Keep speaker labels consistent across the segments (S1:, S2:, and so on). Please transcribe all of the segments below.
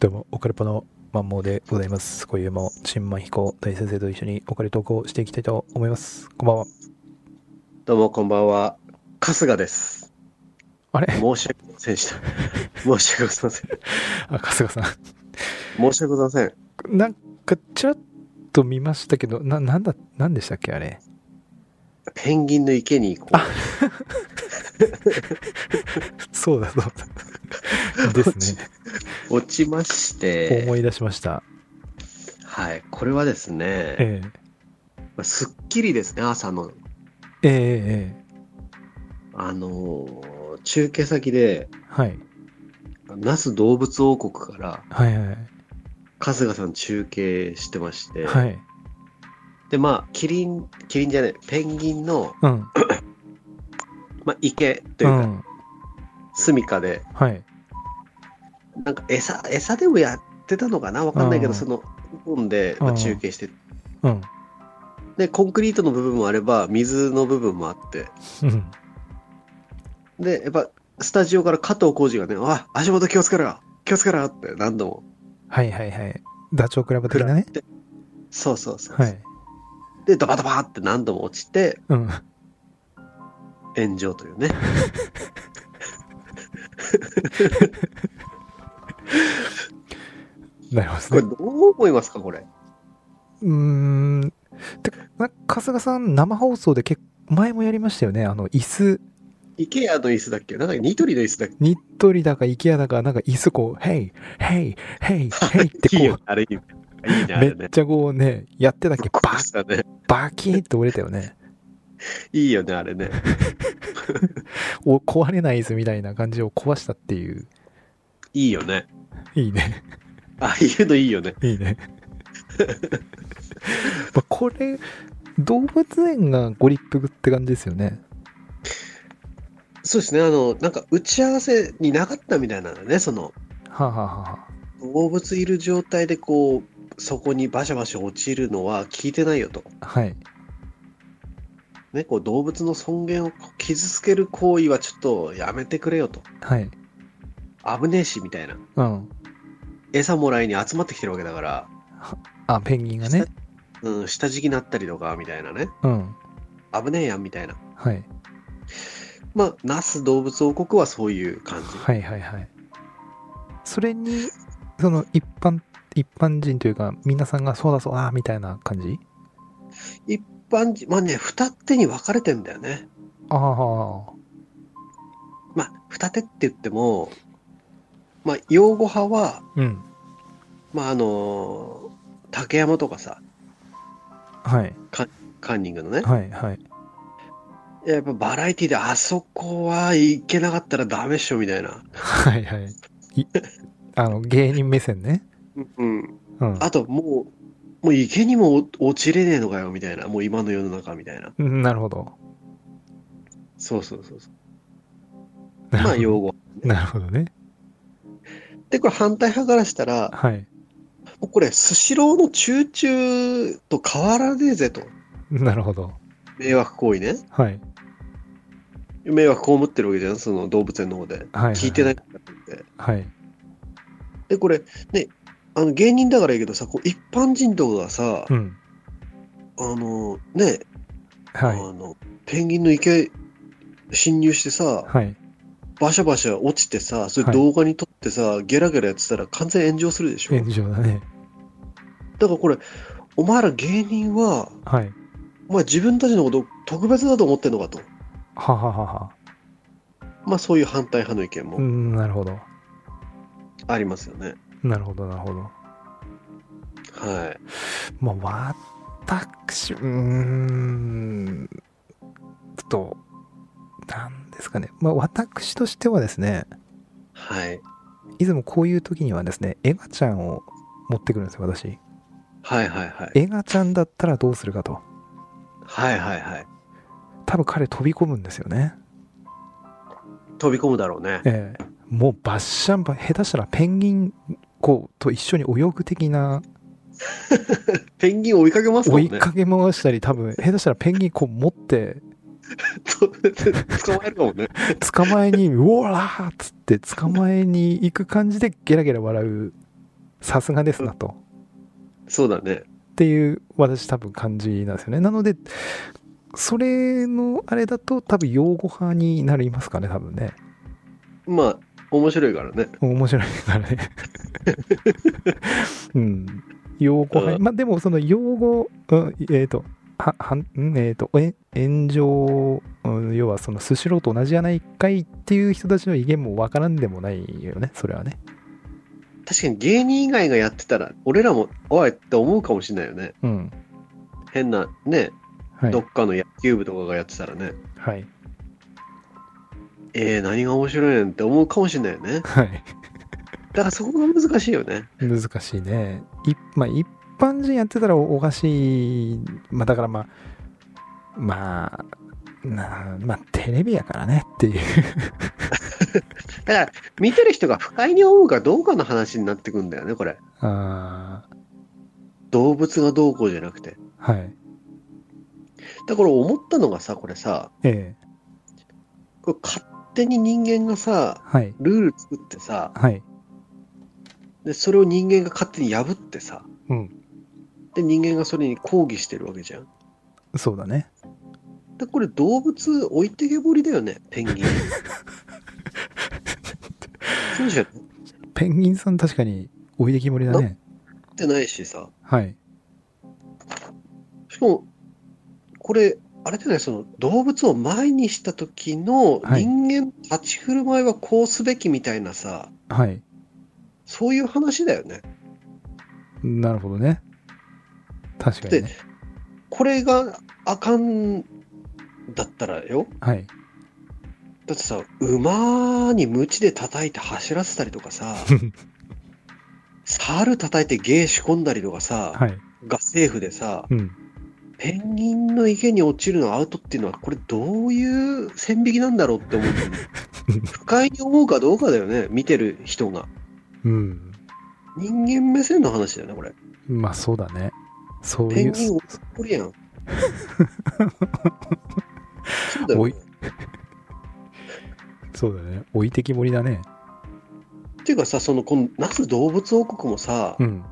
S1: どうも、オカルポのマンモーでございます。今夜も、新米彦大先生と一緒にオカルトークをしていきたいと思います。こんばんは。
S2: どうもこんばんは。春日です。
S1: あれ
S2: 申し訳ございませんでした。申し訳ございません。
S1: あ、春日さ
S2: 申し訳ございません。
S1: ん。なんか、ちらっと見ましたけど、な、なんだ、なんでしたっけ、あれ。
S2: ペンギンの池に行こう。
S1: そうだ、そうだ。ですね。
S2: 落ちまして、
S1: 思い出しました。
S2: はい。これはですね、
S1: え
S2: まあすっきりですね、朝の。
S1: ええええ
S2: あのー中継先で、
S1: えはい。
S2: 那須動物王国から
S1: はいはい。
S2: 春日さん中継してまして、
S1: はい。
S2: で、まあ、キリン、キリンじゃない、ペンギンの、
S1: うん。
S2: まあ、池といううか、
S1: ん。
S2: 住みかで、
S1: はい。
S2: なんか餌、餌でもやってたのかなわかんないけ
S1: う
S2: ど、
S1: ん
S2: その、本で、まあ
S1: うん
S2: 中継して、
S1: うん。
S2: で、コンクリートの部分もあれば、水の部分もあって、
S1: うん。
S2: で、やっぱ、スタジオから加藤浩次がね、あ、足元気をつけろよ気をつけろよって何度も。
S1: はいはいはい。ダチョウ倶楽部的
S2: 食
S1: な
S2: らっ
S1: ね。
S2: て。そうそうそう。
S1: はい。
S2: で、ドバドバって何度も落ちて、
S1: うん。
S2: 炎上というね。
S1: なります
S2: こ
S1: ね
S2: れ、。どう思いますか、これ。
S1: うーん。てか、な春日さん、生放送で結構、前もやりましたよね。あの、椅子、
S2: イケアの椅子だっけなんだっけニトリの椅子だっけ
S1: ニットリだか、イケアだか、なんか椅子こう、ヘイ、ヘイ、ヘイ、ヘイって
S2: いい
S1: こ
S2: よ、あれいいね。いいね、
S1: う、
S2: あ
S1: め
S2: れね
S1: っ。ちゃこうね、やってたっけ、バ
S2: バしたね。
S1: バキーって折れたよね。
S2: いいよね、あれね。
S1: お壊れない椅子みたいな感じを壊したっていう。
S2: いいよね。
S1: いいね、
S2: ああいうのいいよね。
S1: いい ね。まあこれ、動物園がご立腹って感じですよね。
S2: そうですね、あの、なんか打ち合わせになかったみたいなんだね、その、
S1: はあ、はあはあはあ、
S2: 動物いる状態でこうそこにバシャバシャ落ちるのは聞いてないよと、
S1: はい。
S2: ね、こう動物の尊厳を傷つける行為はちょっとやめてくれよと
S1: はい。
S2: 危ねえしみたいな
S1: うん。
S2: 餌もらいに集まってきてるわけだから、
S1: あ、ペンギンがね。
S2: うん、下敷きになったりとかみたいなね
S1: うん。
S2: 危ねえやんみたいな
S1: はい。
S2: まあ那須動物王国はそういう感じ
S1: はいはいはいそれにその一般一般人というか皆さんがそうだそうだみたいな感じ
S2: 一般人まあね二手に分かれてんだよね
S1: ああ
S2: まあ二手って言ってもまあ擁護派は
S1: うん
S2: まああの竹山とかさ
S1: はい
S2: カンニングのね、
S1: はいはい
S2: やっぱバラエティであそこはいけなかったらダメっしょみたいな。
S1: はいはいいあの芸人目線ね
S2: うん。
S1: うん
S2: あともう、もう池にも落ちれねえのかよみたいな。もう今の世の中みたいな。
S1: うんなるほど
S2: そうそうそ うそう。
S1: なる
S2: ま
S1: ほ
S2: あ
S1: ど
S2: 用語。
S1: なるほどね
S2: で、これ反対派からしたら、
S1: はい
S2: もうこれスシローの中中と変わらねえぜと。
S1: なるほど
S2: 迷惑行為ね。
S1: はい
S2: 迷惑被ってるわけじゃん、その動物園の方で。
S1: はい
S2: 聞いてない
S1: い
S2: からって。
S1: はい
S2: で、これ、ね、あの芸人だからいいけどさ、こう一般人とかがさ、
S1: うん
S2: あの、ね、
S1: は
S2: あ
S1: い
S2: のペンギンの池侵入してさ、
S1: はい
S2: バシャバシャ落ちてさ、そ
S1: は
S2: れ
S1: い
S2: 動画に撮ってさ、ゲラゲラやってたら完全炎上するでしょ。
S1: 炎上だね
S2: だからこれ、お前ら芸人は、
S1: はい
S2: お前自分たちのこと特別だと思ってんのかと。
S1: はははは
S2: まあそういう反対派の意見
S1: う
S2: も
S1: んなるほど
S2: ありますよね。
S1: なるほどなるほど
S2: はい。
S1: まあ、私、うーん、と、なんですかね。まあ、私としてはですね、
S2: はい。
S1: いつもこういう時にはですね、エガちゃんを持ってくるんですよ、私。
S2: はいはいはい。
S1: エガちゃんだったらどうするかと。
S2: はいはいはい。
S1: 多分彼飛び込むんですよね。
S2: 飛び込むだろうね。
S1: ええもうバッシャンバン、下手したらペンギン、こう、と一緒に泳ぐ的な、
S2: ペンギン追いかけますも
S1: 追
S2: んね
S1: い。かけ回したり、多分、下手したらペンギンこう持って、
S2: 捕まえるかもね。
S1: 捕まえに、うおらーっつって捕まえに行く感じでゲラゲラ笑うさすがですなと。
S2: そうだね。
S1: っていう私多分感じなんですよね。なので、それのあれだと多分用語派になりますかね、多分ね。
S2: まあ、面白いからね。
S1: 面白いから ね。うん。用語派、
S2: うん
S1: まあでもその用語、うん、えっ、と、は、はん、んえっ、と、え、炎上、うん要はそのスシローと同じじゃないかいっていう人たちの意見もわからんでもないよね、それはね。
S2: 確かに芸人以外がやってたら、俺らも、おいって思うかもしれないよね。
S1: うん。
S2: 変な、ね、
S1: はい
S2: ど。っかの野球部とかがやってたらね、
S1: はい。
S2: えー、何が面白いねんって思うかもしれないよね。
S1: はい。
S2: だからそこが難しいよね。
S1: 難しいね。いまあ、一般人やってたらおおかしい。まあ、だからまあ、まあ、なまあ、テレビやからねっていう。
S2: だから、見てる人が不快に思うかどうかの話になってくんだよね、これ。
S1: あ
S2: 動物がどうこうじゃなくて。
S1: ーはい。
S2: だから思ったのがさ、これさ、
S1: ええ
S2: これ勝手に人間がさ、
S1: はい。
S2: ルール作ってさ、
S1: はい。
S2: で、それを人間が勝手に破ってさ、
S1: うん。
S2: で、人間がそれに抗議してるわけじゃん。
S1: そうだね。
S2: だこれ動物置いてけぼりだよね、ペン ギン。そうじゃない
S1: ペンギンさん確かに置いてきぼりだね。
S2: ってないしさ。
S1: はい。
S2: しかも、これ、あれじゃない、その動物を前にした時の
S1: はい
S2: 人間立ち振る舞いはこうすべきみたいなさ、
S1: はい。
S2: そういう話だよね。
S1: なるほどね。確かにね。
S2: これがあかんだったらよ。
S1: はい。
S2: だってさ、馬に鞭で叩いて走らせたりとか さ、猿叩いて芸仕込んだりとかさ、
S1: はい。
S2: がセーフでさ、
S1: うん。
S2: ペンギンの池に落ちるのアウトっていうのは、これどういう線引きなんだろうって思う。 不快に思うかどうかだよね、見てる人が。
S1: うん。
S2: 人間目線の話だよね、これ。
S1: まあ、そうだね。そう
S2: ペ
S1: い
S2: ン
S1: う。
S2: ギンをこれや ん。そうだよ、
S1: お
S2: ね。
S1: いそうだね。置いてきぼりだね。
S2: っていうかさ、その、この、那須動物王国もさ、
S1: うん。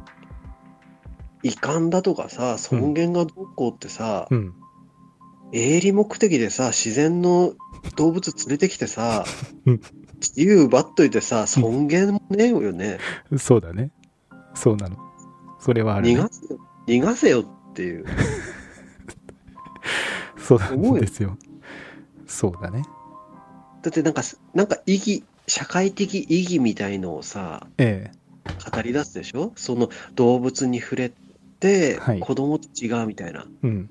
S2: 遺憾だとかさ、尊厳がどうこうってさ、
S1: うん。
S2: 営利目的でさ、自然の動物連れてきてさ
S1: うん、
S2: 自由奪っといてさ、尊厳もねえよね。
S1: そうだね。そうなの。それはある、
S2: 逃
S1: ね
S2: が。せよ、逃がせよっていう。
S1: そうなんですよ。そうだね。
S2: だってなんか、なんか意義、社会的意義みたいのをさ、
S1: え
S2: 語り出すでしょその動物に触れて
S1: はい、
S2: 子供と違うみたいな。
S1: えうん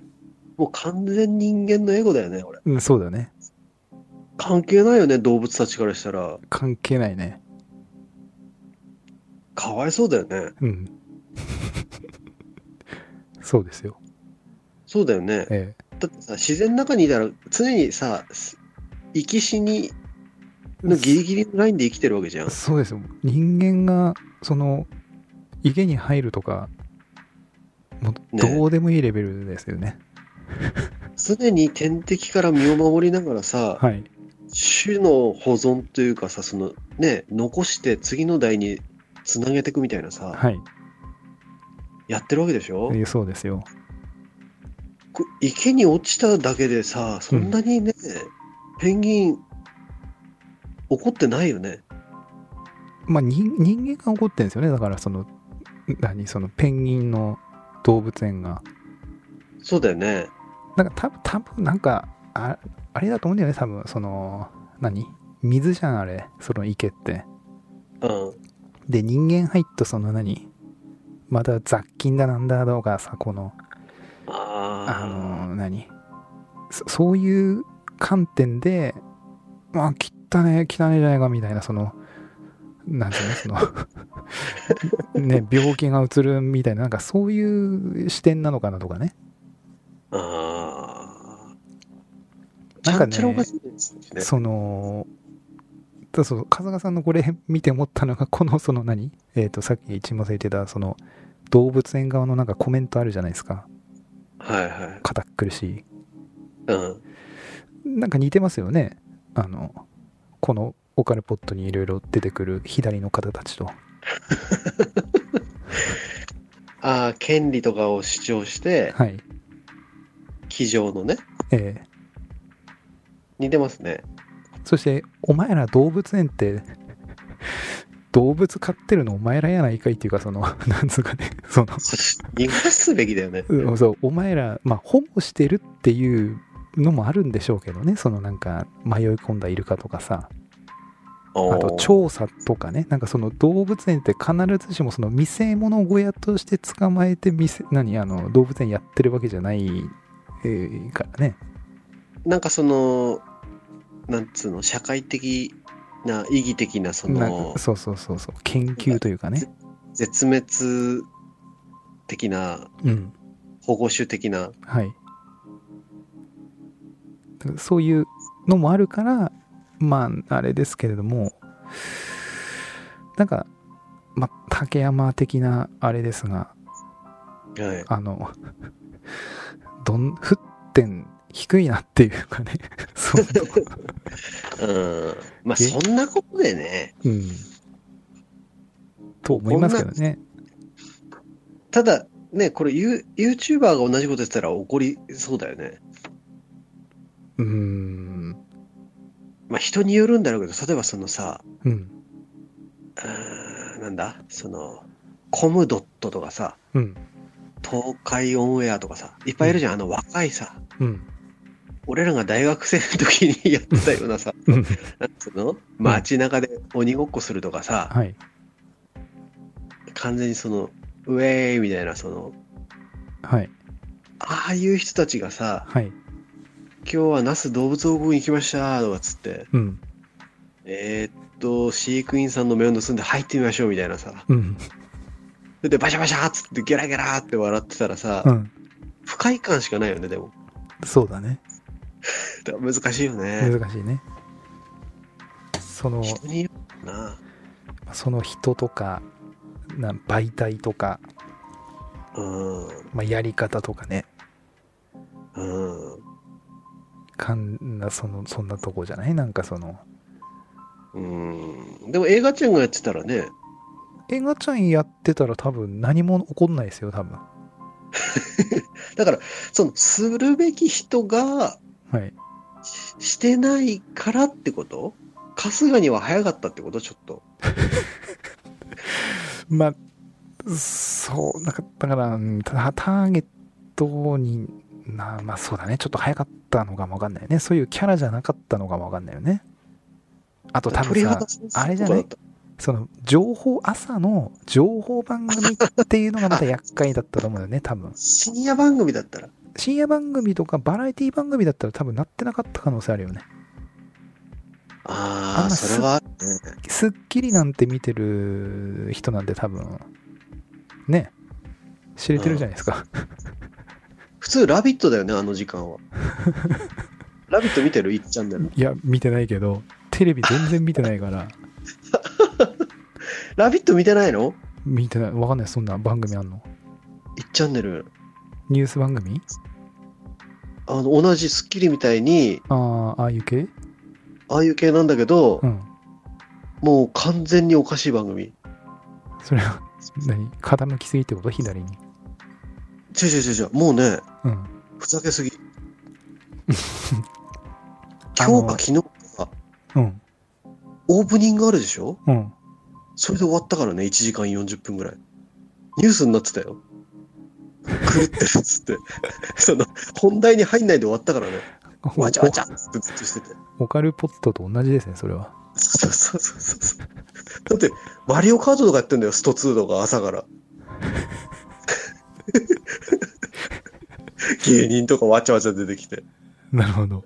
S2: もう完全人間のエゴだよね、俺。
S1: うん。そうだね。
S2: 関係ないよね、動物たちからしたら。
S1: 関係ないね。
S2: かわいそうだよね。
S1: うん。 そうですよ。
S2: そうだよね。
S1: ええ
S2: だってさ、自然の中にいたら常にさ、す生き死にのギリギリのラインで生きてるわけじゃん。
S1: そうですよ。人間が、その、家に入るとか、もう
S2: ね
S1: どうでもいいレベルですよね。
S2: 常に天敵から身を守りながらさ、
S1: はい。
S2: 種の保存というかさ、そのね、残して次の代につなげていくみたいなさ、
S1: はい。
S2: やってるわけでしょ、
S1: ええそうですよ。
S2: こ池に落ちただけでさ、そんなにね、ペンギン怒ってないよね。
S1: まあ、人人間が怒ってるんですよね。だから、その、何、その、ペンギンの動物園が。
S2: そうだよね。
S1: なんか多分多分なんかああれだと思うんだよね多分その何水じゃんあれその池って
S2: うん。
S1: で人間入ったその何また雑菌だなんだとかさこのあ
S2: あ
S1: の何そそういう観点でまあ汚ね汚ねじゃないかみたいなそのなんていうのそのね病気がうつるみたいななんかそういう視点なのかなとかね
S2: あ。ああ。ち
S1: なん
S2: ゃ
S1: か
S2: ん
S1: ね
S2: ちゃらおかしいですね。
S1: その、ただその、春日さんのこれ見て思ったのが、この、その何えっ、と、さっき一番さん言ってた、その、動物園側のなんかコメントあるじゃないですか。
S2: はいはい。
S1: 堅苦し
S2: うん。
S1: い。なんか似てますよね。あの、このオカルポットにいろいろ出てくる左の方たちと。
S2: ああ、権利とかを主張して、
S1: はい。
S2: 机上のね、
S1: ええ
S2: 似てますね。
S1: そして、お前ら動物園って、 動物飼ってるのお前らやないかいっていうか、その、なんつうかね、その、
S2: 逃がすべきだよね。
S1: うんそう、お前ら、まあ、保護してるっていうのもあるんでしょうけどね、そのなんか、迷い込んだイルカとかさ、あ
S2: あ
S1: と調査とかね、なんかその動物園って必ずしもその見せ物小屋として捕まえて見せ、何、あの、動物園やってるわけじゃない、えーからね。
S2: なんかその、なんつうの、社会的な、意義的な、そ
S1: なん
S2: の
S1: か、そうそうそうそう、研究というかね。
S2: 絶滅的な、
S1: うん。
S2: 保護種的な、
S1: はい。だからそういうのもあるから、まあ、あれですけれども、なんか、まあ、竹山的なあれですが、
S2: はい、
S1: あの、 どん、沸点低いなっていうかね、 そう
S2: うん。まあ、
S1: え
S2: そんなことでね、
S1: うん。と思いますけどね。
S2: ただ、ね、これ、ユー YouTuber が同じこと言ってたら怒りそうだよね。
S1: うーん。
S2: まあ、人によるんだろうけど、例えばそのさ、
S1: うん。
S2: うーんなんだ、その、コムドットとかさ、
S1: うん。
S2: 東海オンエアとかさ、いっぱいいるじゃん、あの若いさ、
S1: うん。
S2: 俺らが大学生の時にやってたようなさ、
S1: うん
S2: なんつうの街中で鬼ごっこするとかさ、
S1: はい。
S2: 完全にその、ウェーイみたいな、その、
S1: はい。
S2: ああいう人たちがさ、
S1: はい。
S2: 今日は那須動物王国に行きましたとかっつって、
S1: うん。
S2: えーっと、飼育員さんの目を盗んで入ってみましょうみたいなさ、
S1: うん。
S2: で、バシャバシャっつってギャラギャラって笑ってたらさ、
S1: うん。
S2: 不快感しかないよね、でも。
S1: そうだね。
S2: だから難しいよね。
S1: 難しいね。その、
S2: 人によるな。
S1: その人とか、な媒体とか、
S2: うん。
S1: まあ、やり方とかね。
S2: うん。
S1: かんな、その、そんなとこじゃないなんかその、
S2: うんでも映画ちゃんがやってたらね、
S1: 映画ちゃんやってたら多分何も起こんないですよ、多分。
S2: だから、その、するべき人が
S1: はい。
S2: ししてないからってこと春日には早かったってことちょっと。
S1: まあ、そう、なんか、だから、うんタターゲットに、なまあそうだね、ちょっと早かったのかもわかんないね。そういうキャラじゃなかったのかもわかんないよね。あと多分
S2: 鳥
S1: さ
S2: 肌、先生
S1: あれじゃない
S2: とかだ
S1: その、情報、朝の情報番組っていうのがまた厄介だったと思うんだよね、多 分
S2: った。深夜番組だったら。
S1: 深夜番組とかバラエティ番組だったら多分なってなかった可能性あるよね。
S2: あ
S1: あんな
S2: あ、それは、ね、
S1: スッキリなんて見てる人なんて多分、ね、知れてるじゃないですか。
S2: 普通、ラビットだよね、あの時間 は。ラビット見てる ?1 チャンネル。
S1: いや、見てないけど、テレビ全然見てないから、
S2: ラビット見てないの
S1: 見てない、わかんない、そんな番組あんの
S2: ?1 チャンネル。
S1: ニュース番組
S2: あの、同じスッキリみたいに、
S1: ああ、ああいう系
S2: ああいう系なんだけど、
S1: うん。
S2: もう完全におかしい番組。
S1: それは、何傾きすぎってこと左に。
S2: 違う違う違う違う、もうね、
S1: うん。
S2: ふざけ すぎ。
S1: あ
S2: 今日
S1: の
S2: か昨日か、
S1: うん。
S2: オープニングあるでしょ
S1: うん。
S2: それで終わったからね、1時間40分ぐらい。ニュースになってたよ。狂ってるっつって。 その、本題に入んないで終わったからね。わちゃわちゃっつってずっとしてて。
S1: おオカルポットと同じですね、それは。
S2: そうそうそうそうそう。だって、マリオカートとかやってんだよ、スト2とか朝から。 芸人とかわちゃわちゃ出てきて。
S1: なるほど。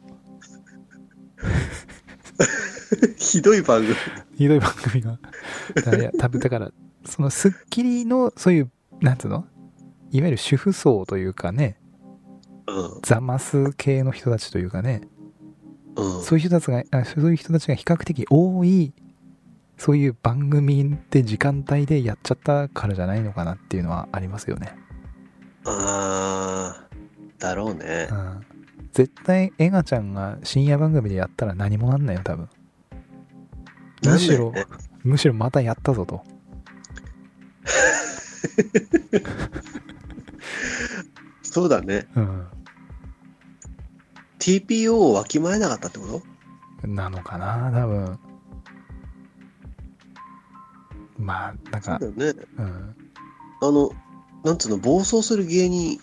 S2: ひどい番組。
S1: ひどい番組が。だからい や多分だから、そのスッキリの、そういう、なんつうのいわゆる主婦層というかね、
S2: うん。
S1: ザマス系の人たちというかね、
S2: うん。
S1: そういう人たちが、あそういう人たちが比較的多い、そういう番組で時間帯でやっちゃったからじゃないのかなっていうのはありますよね。
S2: あー、だろうね
S1: う。ん。絶対、エガちゃんが深夜番組でやったら何もなんないよ、多分。むしろ
S2: なんだよね
S1: むしろまたやったぞと。
S2: そうだね。
S1: うん。
S2: TPO をわきまえなかったってこと
S1: なのかな、多分。まあ、なん
S2: そ
S1: か
S2: うだ、よね。
S1: うん。
S2: あの、なんつうの、暴走する芸人、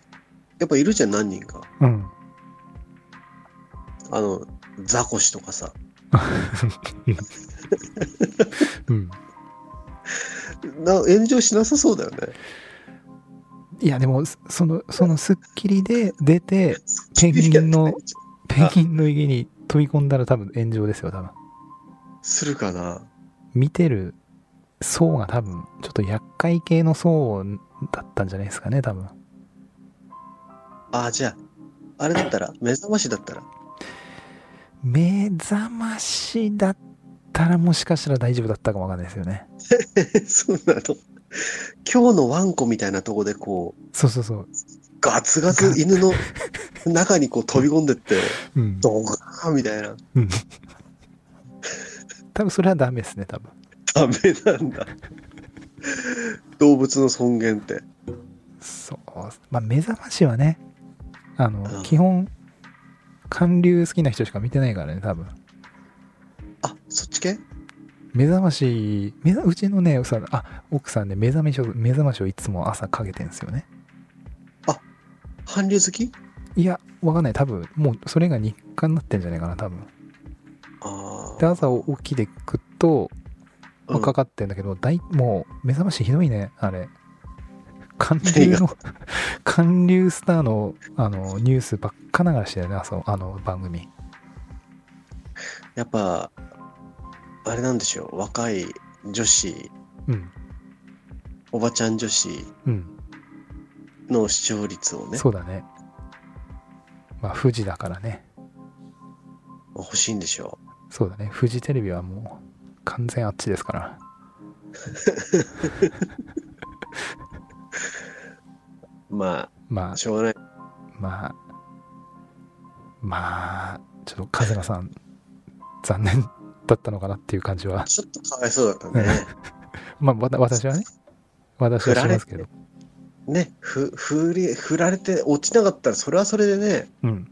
S2: やっぱいるじゃん、何人か。
S1: うん。
S2: あの、ザコシとかさ。
S1: うん。
S2: な炎上しなさそうだよね。
S1: いや、でも、そその、そのスッキリで出て、ペンギンのペンギンの家に飛び込んだら多分炎上ですよ、多分。
S2: するかな
S1: 見てる層が多分、ちょっと厄介系の層だったんじゃないですかね、多分。
S2: ああ、じゃあ、あれだったら、目覚ましだったら。
S1: 目覚ましだったらもしかしたら大丈夫だったかもわかんないですよね。
S2: そうなの。今日のワンコみたいなとこでこう、
S1: そうそうそう。
S2: ガツガツ犬の中にこう飛び込んでって、
S1: うん。
S2: ドガーみたいな。
S1: 多分それはダメですね、多分。
S2: ダメなんだ。動物の尊厳って。
S1: そう。まあ、目覚ましはね、あの、
S2: うん
S1: 基本、韓流好きな人しか見てないからね、多分。
S2: あ、そっち系
S1: 目覚まし、目覚うちのね、さあ、奥さんね、目覚めしを、目覚ましをいつも朝かけてんですよね。
S2: 韓流好き
S1: いや、わかんない。多分、もうそれが日課になってんじゃないかな、多分。
S2: あ
S1: で、朝起きてくと、まあ
S2: あ。
S1: か
S2: か
S1: かってんだけど、大もう、目覚ましひどいね、あれ。韓流の、 韓流スターの、あの、ニュースばっか流してるね、朝、あの、番組。
S2: やっぱ、あれなんでしょう。若い女子、
S1: うん、
S2: おばちゃん女子
S1: うん、
S2: の視聴率をね、
S1: そうだね。まあ、富士だからね。
S2: 欲しいんでしょ
S1: そうだね。富士テレビはもう、完全あっちですから。
S2: う。ま
S1: まあ
S2: あ、、しょうがない。
S1: まあ、まあ、ちょっと、カズラさん、残念だったのかなっていう感じは、
S2: ちょっとかわいそうだったね。
S1: まあ、わた 私はね、私はしますけど。
S2: ね、ふ、ふり、振られて落ちなかったら、それはそれでね、
S1: うん。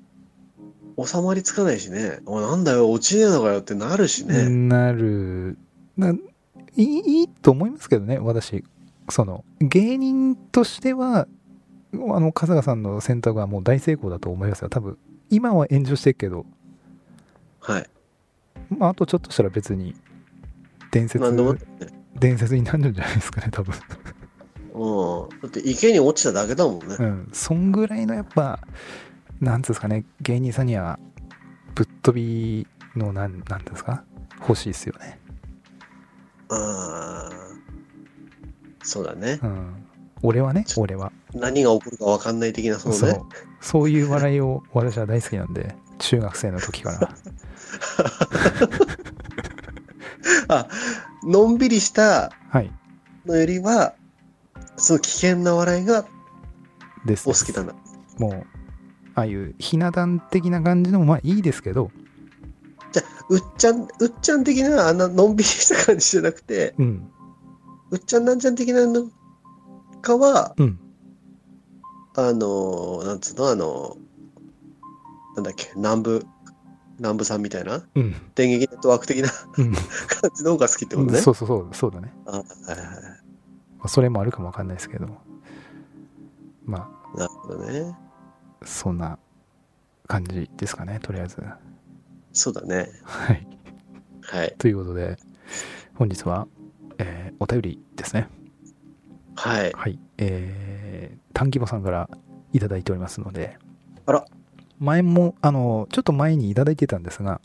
S2: 収まりつかないしね。おなんだよ、落ちねえのかよってなるしね。
S1: なるないいいいと思いますけどね私その芸人としてはあの春日さんの選択はもう大成功だと思いますよ多分今は炎上してるけど、
S2: はい。
S1: まあ、あとちょっとしたら別に伝説
S2: なんでも、ね、
S1: 伝説になるんじゃないですかね 多分
S2: うん。だって池に落ちただけだもんね。
S1: うんそんぐらいのやっぱなんつうんですかね芸人さんにはぶっ飛びのなんなんていうんですか欲しいですよね
S2: ああ。そうだね。
S1: うん俺はね俺は
S2: 何が起こるか分かんない的な、そのね。
S1: そうそういう笑いを私は大好きなんで中学生の時 から
S2: あ、のんびりした
S1: はい
S2: のよりは、その危険な笑いが
S1: です
S2: お好きなんだ。
S1: もうああいうひな壇的な感じのもまあいいですけど
S2: うっちゃん、うっちゃん的な、あんなのんびりした感じじゃなくて、
S1: うん
S2: うっちゃんなんちゃん的なのかは、
S1: うん
S2: あのー、なんつうの、あのー、なんだっけ、南部、南部さんみたいな、
S1: うん
S2: 電撃ネットワーク的な
S1: うん、
S2: 感じの方が好きってことね。
S1: そうそうそうそうだね
S2: あはいは
S1: まあそれもあるかもわかんないですけどま
S2: いなるほどね。
S1: あそんな感じですかねとりあえず
S2: そうだね。
S1: はい
S2: はい。
S1: ということで本日は、えーお便りですね
S2: はい。
S1: はい、えー、短規模さんからいただいておりますので、
S2: あら
S1: 前も、あの、ちょっと前にいただいてたんですが、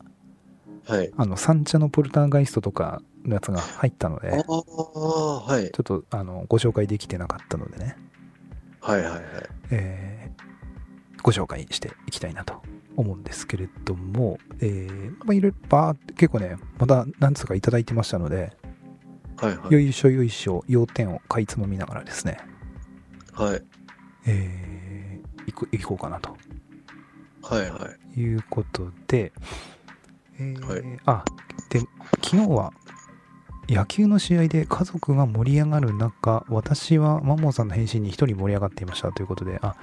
S2: はい。
S1: あの、三茶のポルターガイストとかのやつが入ったので、
S2: あ
S1: ちょ
S2: あ、はい。
S1: っと、あの、ご紹介できてなかったのでね、
S2: はいはいはい。
S1: えーご紹介していきたいなと思うんですけれども、えー、まあ、いろいろばーって、結構ね、また何つうかいただいてましたので、
S2: はいはい。
S1: よいしょよいしょ、要点をかいつまみながらですね、
S2: はい。
S1: えー、いこいこうかなと
S2: はいはい。
S1: ということで、えー
S2: は
S1: あで昨日は野球の試合で家族が盛り上がる中私はマンモンさんの返信に一人盛り上がっていましたということであ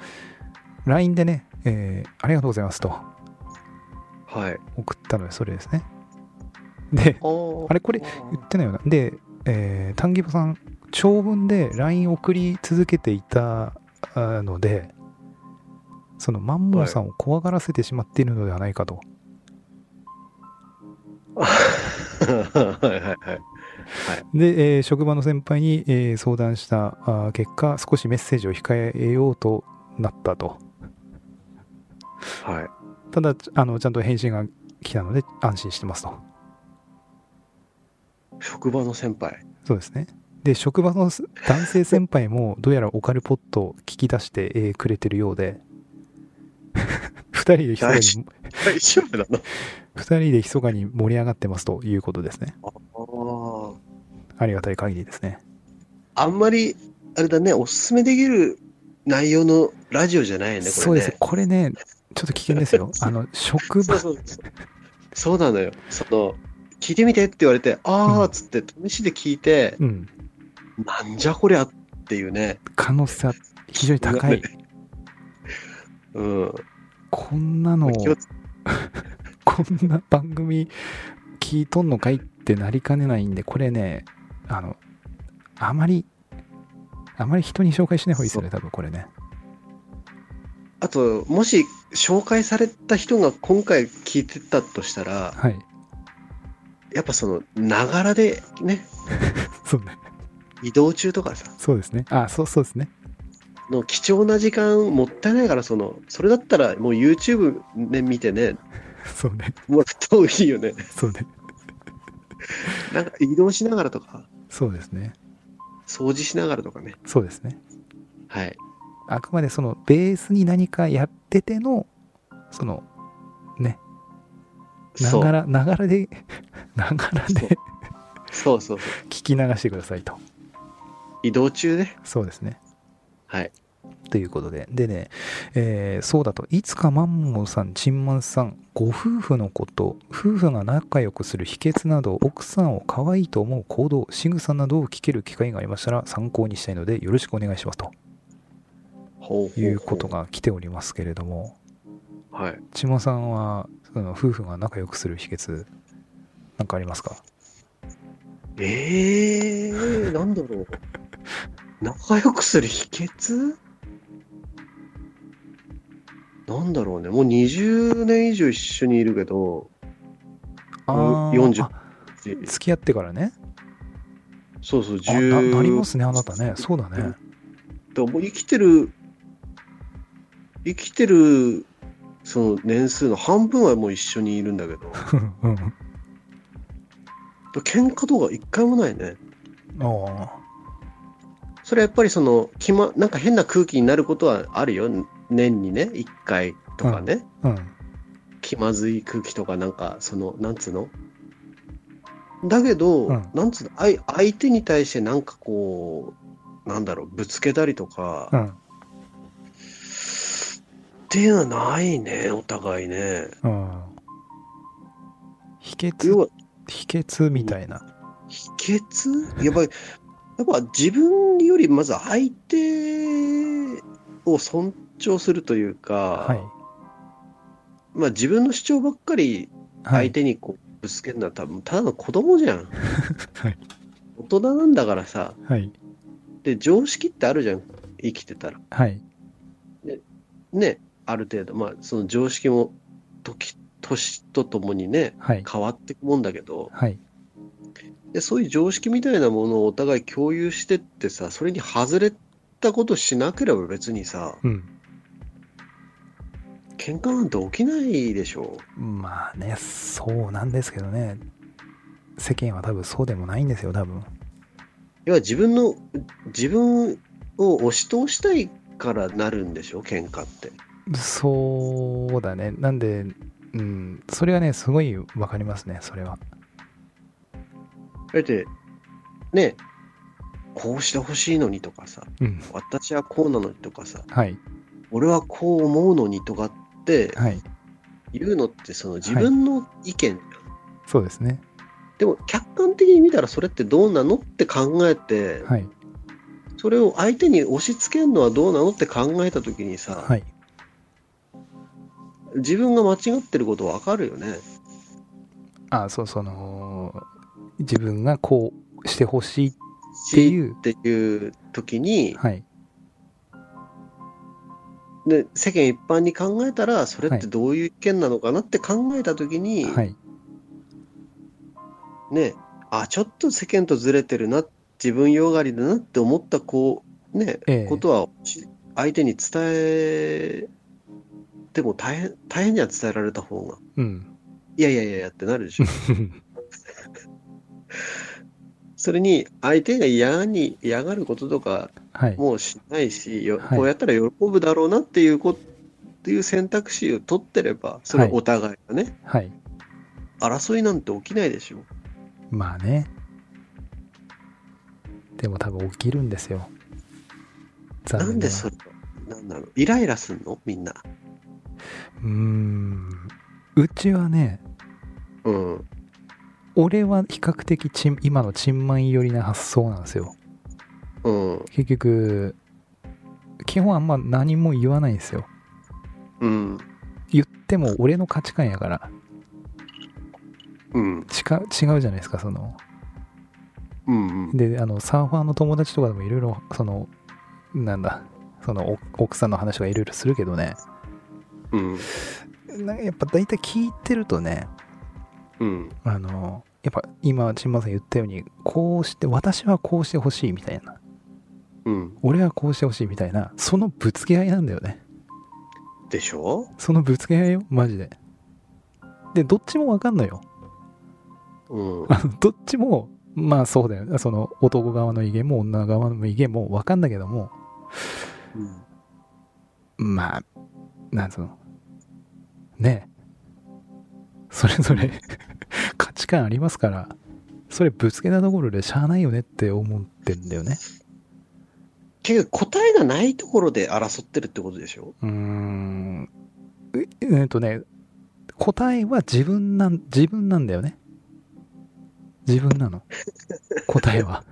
S1: LINE でね、えーありがとうございますと
S2: はい。
S1: 送ったので、それですね。で、
S2: あ
S1: あれこれ言ってないよな。で、えー、丹木場さん、長文で LINE 送り続けていたあので、そのマンモーさんを怖がらせてしまっているのではないかと。
S2: はいはいはい。
S1: で、えー職場の先輩に、えー相談したあー結果、少しメッセージを控えようとなったと。
S2: はい。
S1: ただ、ちあのちゃんと返信が来たので、安心してますと。
S2: 職場の先輩。
S1: そうですね。で、職場のす男性先輩も、どうやらオカルポットを聞き出して、えーくれてるようで、 二人で密かに、
S2: 大丈大丈夫なの
S1: 二人で密かに盛り上がってますということですね。
S2: あ
S1: ありがたい限りですね。
S2: あんまり、あれだね、おすすめできる内容のラジオじゃないよね、これね。
S1: そうです。これね、ちょっと危険ですよ。あの、職
S2: そう
S1: 場、
S2: そうそう。そうなのよ。その、聞いてみてって言われて、あ
S1: う
S2: ー
S1: ん
S2: っつって、試しで聞いて、
S1: うん、
S2: なんじゃこりゃっていうね。
S1: 可能性は非常に高い。
S2: うん。
S1: こんなのを
S2: 気をつ
S1: こんな番組聞いとんのかいってなりかねないんで、これね、あの、あまり、あまり人に紹介しない方がいいですよね、多分これね。
S2: あと、もし、紹介された人が今回聞いてたとしたら、
S1: はい。
S2: やっぱその、ながらでね、
S1: そうね。
S2: 移動中とかさ、
S1: そうですね。あ、そうそうですね。
S2: の貴重な時間もったいないから、その、それだったらもう YouTube ね、見てね、
S1: そうね。
S2: もらった方がいいよね。
S1: そうね。
S2: なんか移動しながらとか、
S1: そうですね。
S2: 掃除しながらとかね。
S1: そうですね。
S2: はい。
S1: あくまでそのベースに何かやってての、その、な
S2: そう
S1: がら、ながらで、 ながら
S2: そう
S1: で
S2: そうそうそう。
S1: 聞き流してくださいと。
S2: 移動中ね。
S1: そうですね。
S2: はい。
S1: ということで。でね、えーそうだと、いつかマンモーさん、チンマンさん、ご夫婦のこと、夫婦が仲良くする秘訣など、奥さんを可愛いと思う行動、仕草などを聞ける機会がありましたら、参考にしたいので、よろしくお願いしますと
S2: ほうほうほう
S1: いうこと。が来ておりますけれども、
S2: はい。
S1: チンマンさんは、その夫婦が仲良くする秘訣、なんかありますか
S2: ええー、なんだろう。仲良くする秘訣なんだろうね。もう20年以上一緒にいるけど、
S1: ー
S2: 40
S1: あ付き合ってからね。
S2: そうそう、
S1: あな
S2: 10
S1: なりますね、あなたね。そうだね。
S2: だからもう生きてる、生きてる、その年数の半分はもう一緒にいるんだ けど、だか
S1: うん。
S2: ら喧嘩とか一回もないね。
S1: ああ。
S2: それはやっぱりその、気ま、なんか変な空気になることはあるよ。年にね、一回とかね、
S1: うん。
S2: 気まずい空気とかなんか、その、なんつうのだけど、
S1: うん
S2: なんつうのあい相手に対してなんかこう、なんだろう、ぶつけたりとか、
S1: う
S2: っ
S1: ん。
S2: ていうのはないね、お互いね。
S1: うん。秘訣
S2: 要は、
S1: 秘訣みたいな。
S2: 秘訣やっぱり、やっぱ自分よりまず相手を尊重するというか、
S1: はい。
S2: まあ自分の主張ばっかり
S1: は
S2: 相
S1: い。
S2: 手にこうぶつけるのは多分ただの子供じゃん。
S1: はい
S2: 大人なんだからさ。
S1: はい。
S2: で、常識ってあるじゃん。生きてたら。
S1: はい。
S2: ね。ある程度。まあ、その常識も時、年とともにね、
S1: はい。
S2: 変わっていくもんだけど、
S1: はい。
S2: で、そういう常識みたいなものをお互い共有してってさ、それに外れたことしなければ別にさ、
S1: うん。
S2: 喧嘩なんて起きないでしょ
S1: まあね、そうなんですけどね。世間は多分そうでもないんですよ、多分。
S2: 要は自分の、自分を押し通したいからなるんでしょ喧嘩って。
S1: そうだね。なんで、うん。それはね、すごいわかりますね、それは。
S2: だって、ね、こうしてほしいのにとかさ、
S1: うん。
S2: 私はこうなのにとかさ、
S1: はい。
S2: 俺はこう思うのにとかって
S1: はい。
S2: 言うのって、その自分の意見、
S1: そうですね。
S2: でも客観的に見たらそれってどうなのって考えて、
S1: はい。
S2: それを相手に押し付けるのはどうなのって考えたときにさ、
S1: はい。
S2: 自分が間違ってることわかるよね。
S1: あそうその自分がこうしてほしいっ
S2: ってて
S1: いう
S2: いう時に、
S1: はい
S2: で世間一般に考えたら、それってどういう意見なのかなって考えた時に、
S1: はい
S2: ね、あ、ちょっと世間とずれてるな、自分よがりだなって思ったこう、ね、
S1: ええ
S2: ことはし相手に伝えても大変、大変には伝えられた方が、
S1: うん
S2: いやいやいやいやってなる でしょ。それに、相手が嫌に、嫌がることとか
S1: はい
S2: もうしないし、よ
S1: はい
S2: こうやったら喜ぶだろうなっていうこっていう選択肢を取ってれば、それはお互いがね、
S1: はい
S2: 争いなんて起きないでしょ。
S1: まあねでも多分起きるんですよ残
S2: な
S1: 念ながら
S2: んでそれなんだろうイライラすんのみんな。
S1: うーんうちはね
S2: うん。
S1: 俺は比較的ちん今のチンマイ寄りな発想なんですよ
S2: うん。
S1: 結局基本あんま何も言わないんですよ
S2: うん。
S1: 言っても俺の価値観やから
S2: うん。
S1: 近違うじゃないですかその
S2: うん。
S1: であのサーファーの友達とかでもいろいろそのなんだそのお奥さんの話とかいろいろするけどね
S2: うん。
S1: なんかやっぱ大体聞いてるとね
S2: うん。
S1: あのやっぱ今チンマイさん言ったようにこうして私はこうしてほしいみたいな
S2: うん。
S1: 俺はこうしてほしいみたいなそのぶつけ合いなんだよね
S2: でしょ
S1: そのぶつけ合いよマジででどっちもわかんのよ
S2: うん。
S1: どっちもまあそうだよその男側の威厳も女側の威厳もわかんだけども
S2: うん
S1: まあなんつうのねえそれぞれ 価値観ありますからそれぶつけたところでしゃあないよねって思ってんだよね
S2: 結局答えがないところで争ってるってことでしょ
S1: うーんええっとね答えは自分なん自分なんだよね自分なの答え は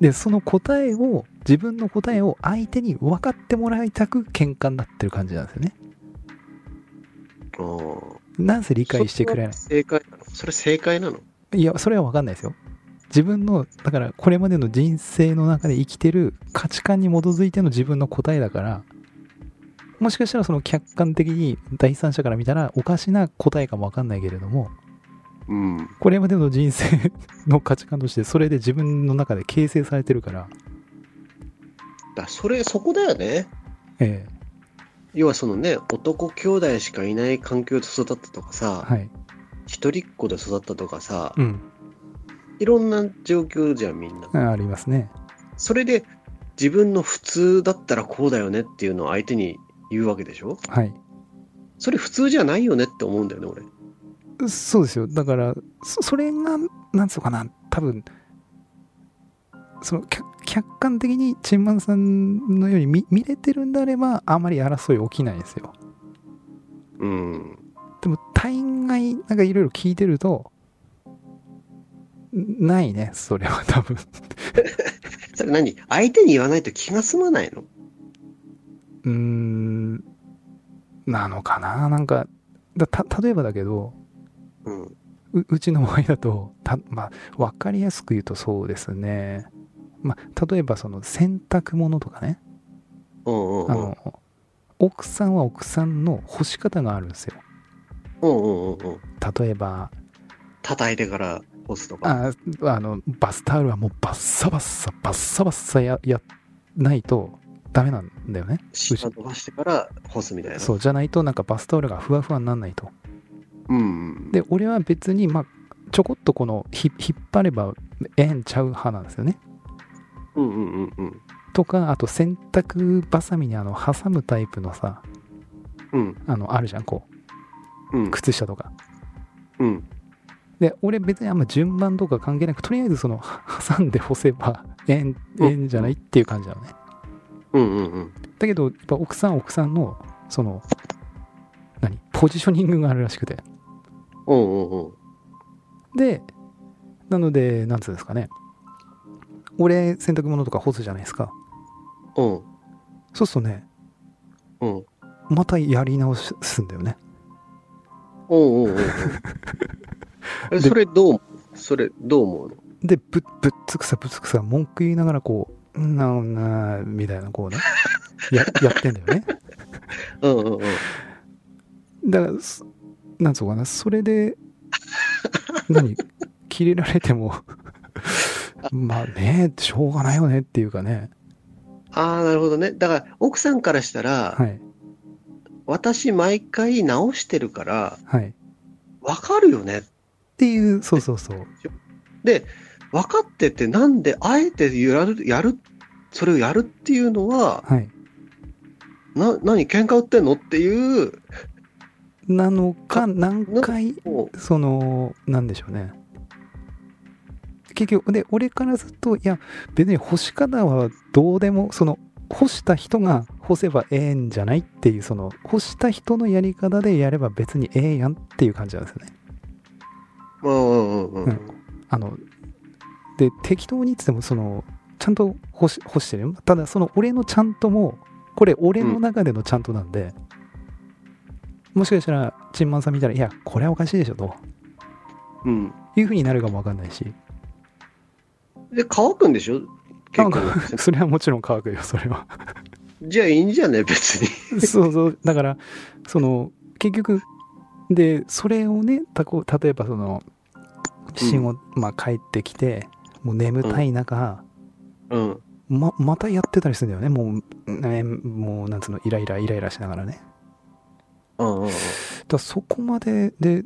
S1: でその答えを自分の答えを相手に分かってもらいたく喧嘩になってる感じなんですよね
S2: うん。
S1: なんせ理解してくれない
S2: それは正解なのそれ正解なの
S1: いやそれは分かんないですよ自分のだからこれまでの人生の中で生きてる価値観に基づいての自分の答えだからもしかしたらその客観的に第三者から見たらおかしな答えかも分かんないけれども
S2: うん。
S1: これまでの人生の価値観としてそれで自分の中で形成されてるから、
S2: だそれ、そこだよね。
S1: ええ
S2: 要はそのね、男兄弟しかいない環境で育ったとかさ、
S1: はい
S2: 一人っ子で育ったとかさ、
S1: うん
S2: いろんな状況じゃん、みんな。
S1: あありますね
S2: それで自分の普通だったらこうだよねっていうのを相手に言うわけでしょ
S1: はい
S2: それ普通じゃないよねって思うんだよね、俺。
S1: そうですよだからそそれがなんつうのかな多分その客客観的にチンマンさんのように見見れてるんであればあまり争い起きないんですよ
S2: うん。
S1: でも大概なんかいろいろ聞いてるとんないねそれは 多分
S2: それ何相手に言わないと気が済まないの
S1: うーんなのかななんかだた例えばだけど
S2: うん。
S1: ううちの場合だとた、まあ、分かりやすく言うとそうですね、まあ、例えばその洗濯物とかね
S2: うんうん
S1: あ
S2: うん。
S1: の奥さんは奥さんの干し方があるんですよ
S2: うんうんうんうん。
S1: 例えば
S2: 叩いてから押すとか。
S1: ああのバスタオルはもうバッサバッサバッサバッサややないとダメなんだよね
S2: 舌伸ばしてから干すみたいな。
S1: そうじゃないとなんかバスタオルがふわふわにならないと
S2: うんうん。
S1: で俺は別にまあちょこっとこのひ引っ張ればええんちゃう派なんですよね
S2: うんうんうんうん。
S1: とかあと洗濯バサミにあの挟むタイプのさ
S2: うん
S1: あのあるじゃんこ
S2: うん
S1: う靴下とか
S2: うん。
S1: で俺別にあんま順番とか関係なくとりあえずそのは 挟んで干せばええん
S2: うん
S1: ええんじゃないっていう感じなのね
S2: うんうんうん。
S1: だけどやっぱ奥さんは奥さんのその何ポジショニングがあるらしくて
S2: うんうんうん。
S1: でなのでなんつうんですかね俺洗濯物とか干すじゃないですか
S2: うん
S1: そうするとね
S2: うん。
S1: またやり直すんだよね
S2: おうおうおうおうえ。それどう思うそれどう思うの
S1: で、ぶ、ぶっつくさぶっつくさ、文句言いながらこう、んなおなーみたいな、こうね、や、やってんだよね。
S2: うんうんうん。
S1: だから、すなんつうのかな、それで、何、切れられても、 まあね、しょうがないよねっていうかね。
S2: ああ、なるほどね。だから、奥さんからしたら、
S1: はい。
S2: 私、毎回直してるから、
S1: はい。っ
S2: わかるよね。
S1: ていう、そうそうそう。
S2: で、分かってて、なんで、あえてやる、やる、それをやるっていうのは、
S1: はい。
S2: な、何、喧嘩売ってんのっていう、
S1: なのか、何回、
S2: もう、
S1: その、なんでしょうね。結局、で、俺からすると、いや、別に干し方はどうでも、その、干した人が干せばええんじゃないっていう、その、干した人のやり方でやれば別にええやんっていう感じなんですよね。
S2: うんうんうんう。
S1: うんあの、で、適当にっつっても、その、ちゃんと干し干してるよ。ただ、その、俺のちゃんとも、これ、俺の中でのちゃんとなんで、もしかしたら、チンマンさん見たら、いや、これはおかしいでしょ、と
S2: うん。
S1: いうふうになるかもわかんないし。
S2: で、乾くんでしょ結構。
S1: それはもちろん乾くよそれは
S2: じゃあいいんじゃね別に。
S1: そうそうだからその結局でそれをねたこ例えばその仕事、まあ帰ってきてもう眠たい中、
S2: うん。
S1: ままたやってたりするんだよねもう、ね、もうなんつうのイライライライラしながらね
S2: うんうんうん。
S1: だからそこまでで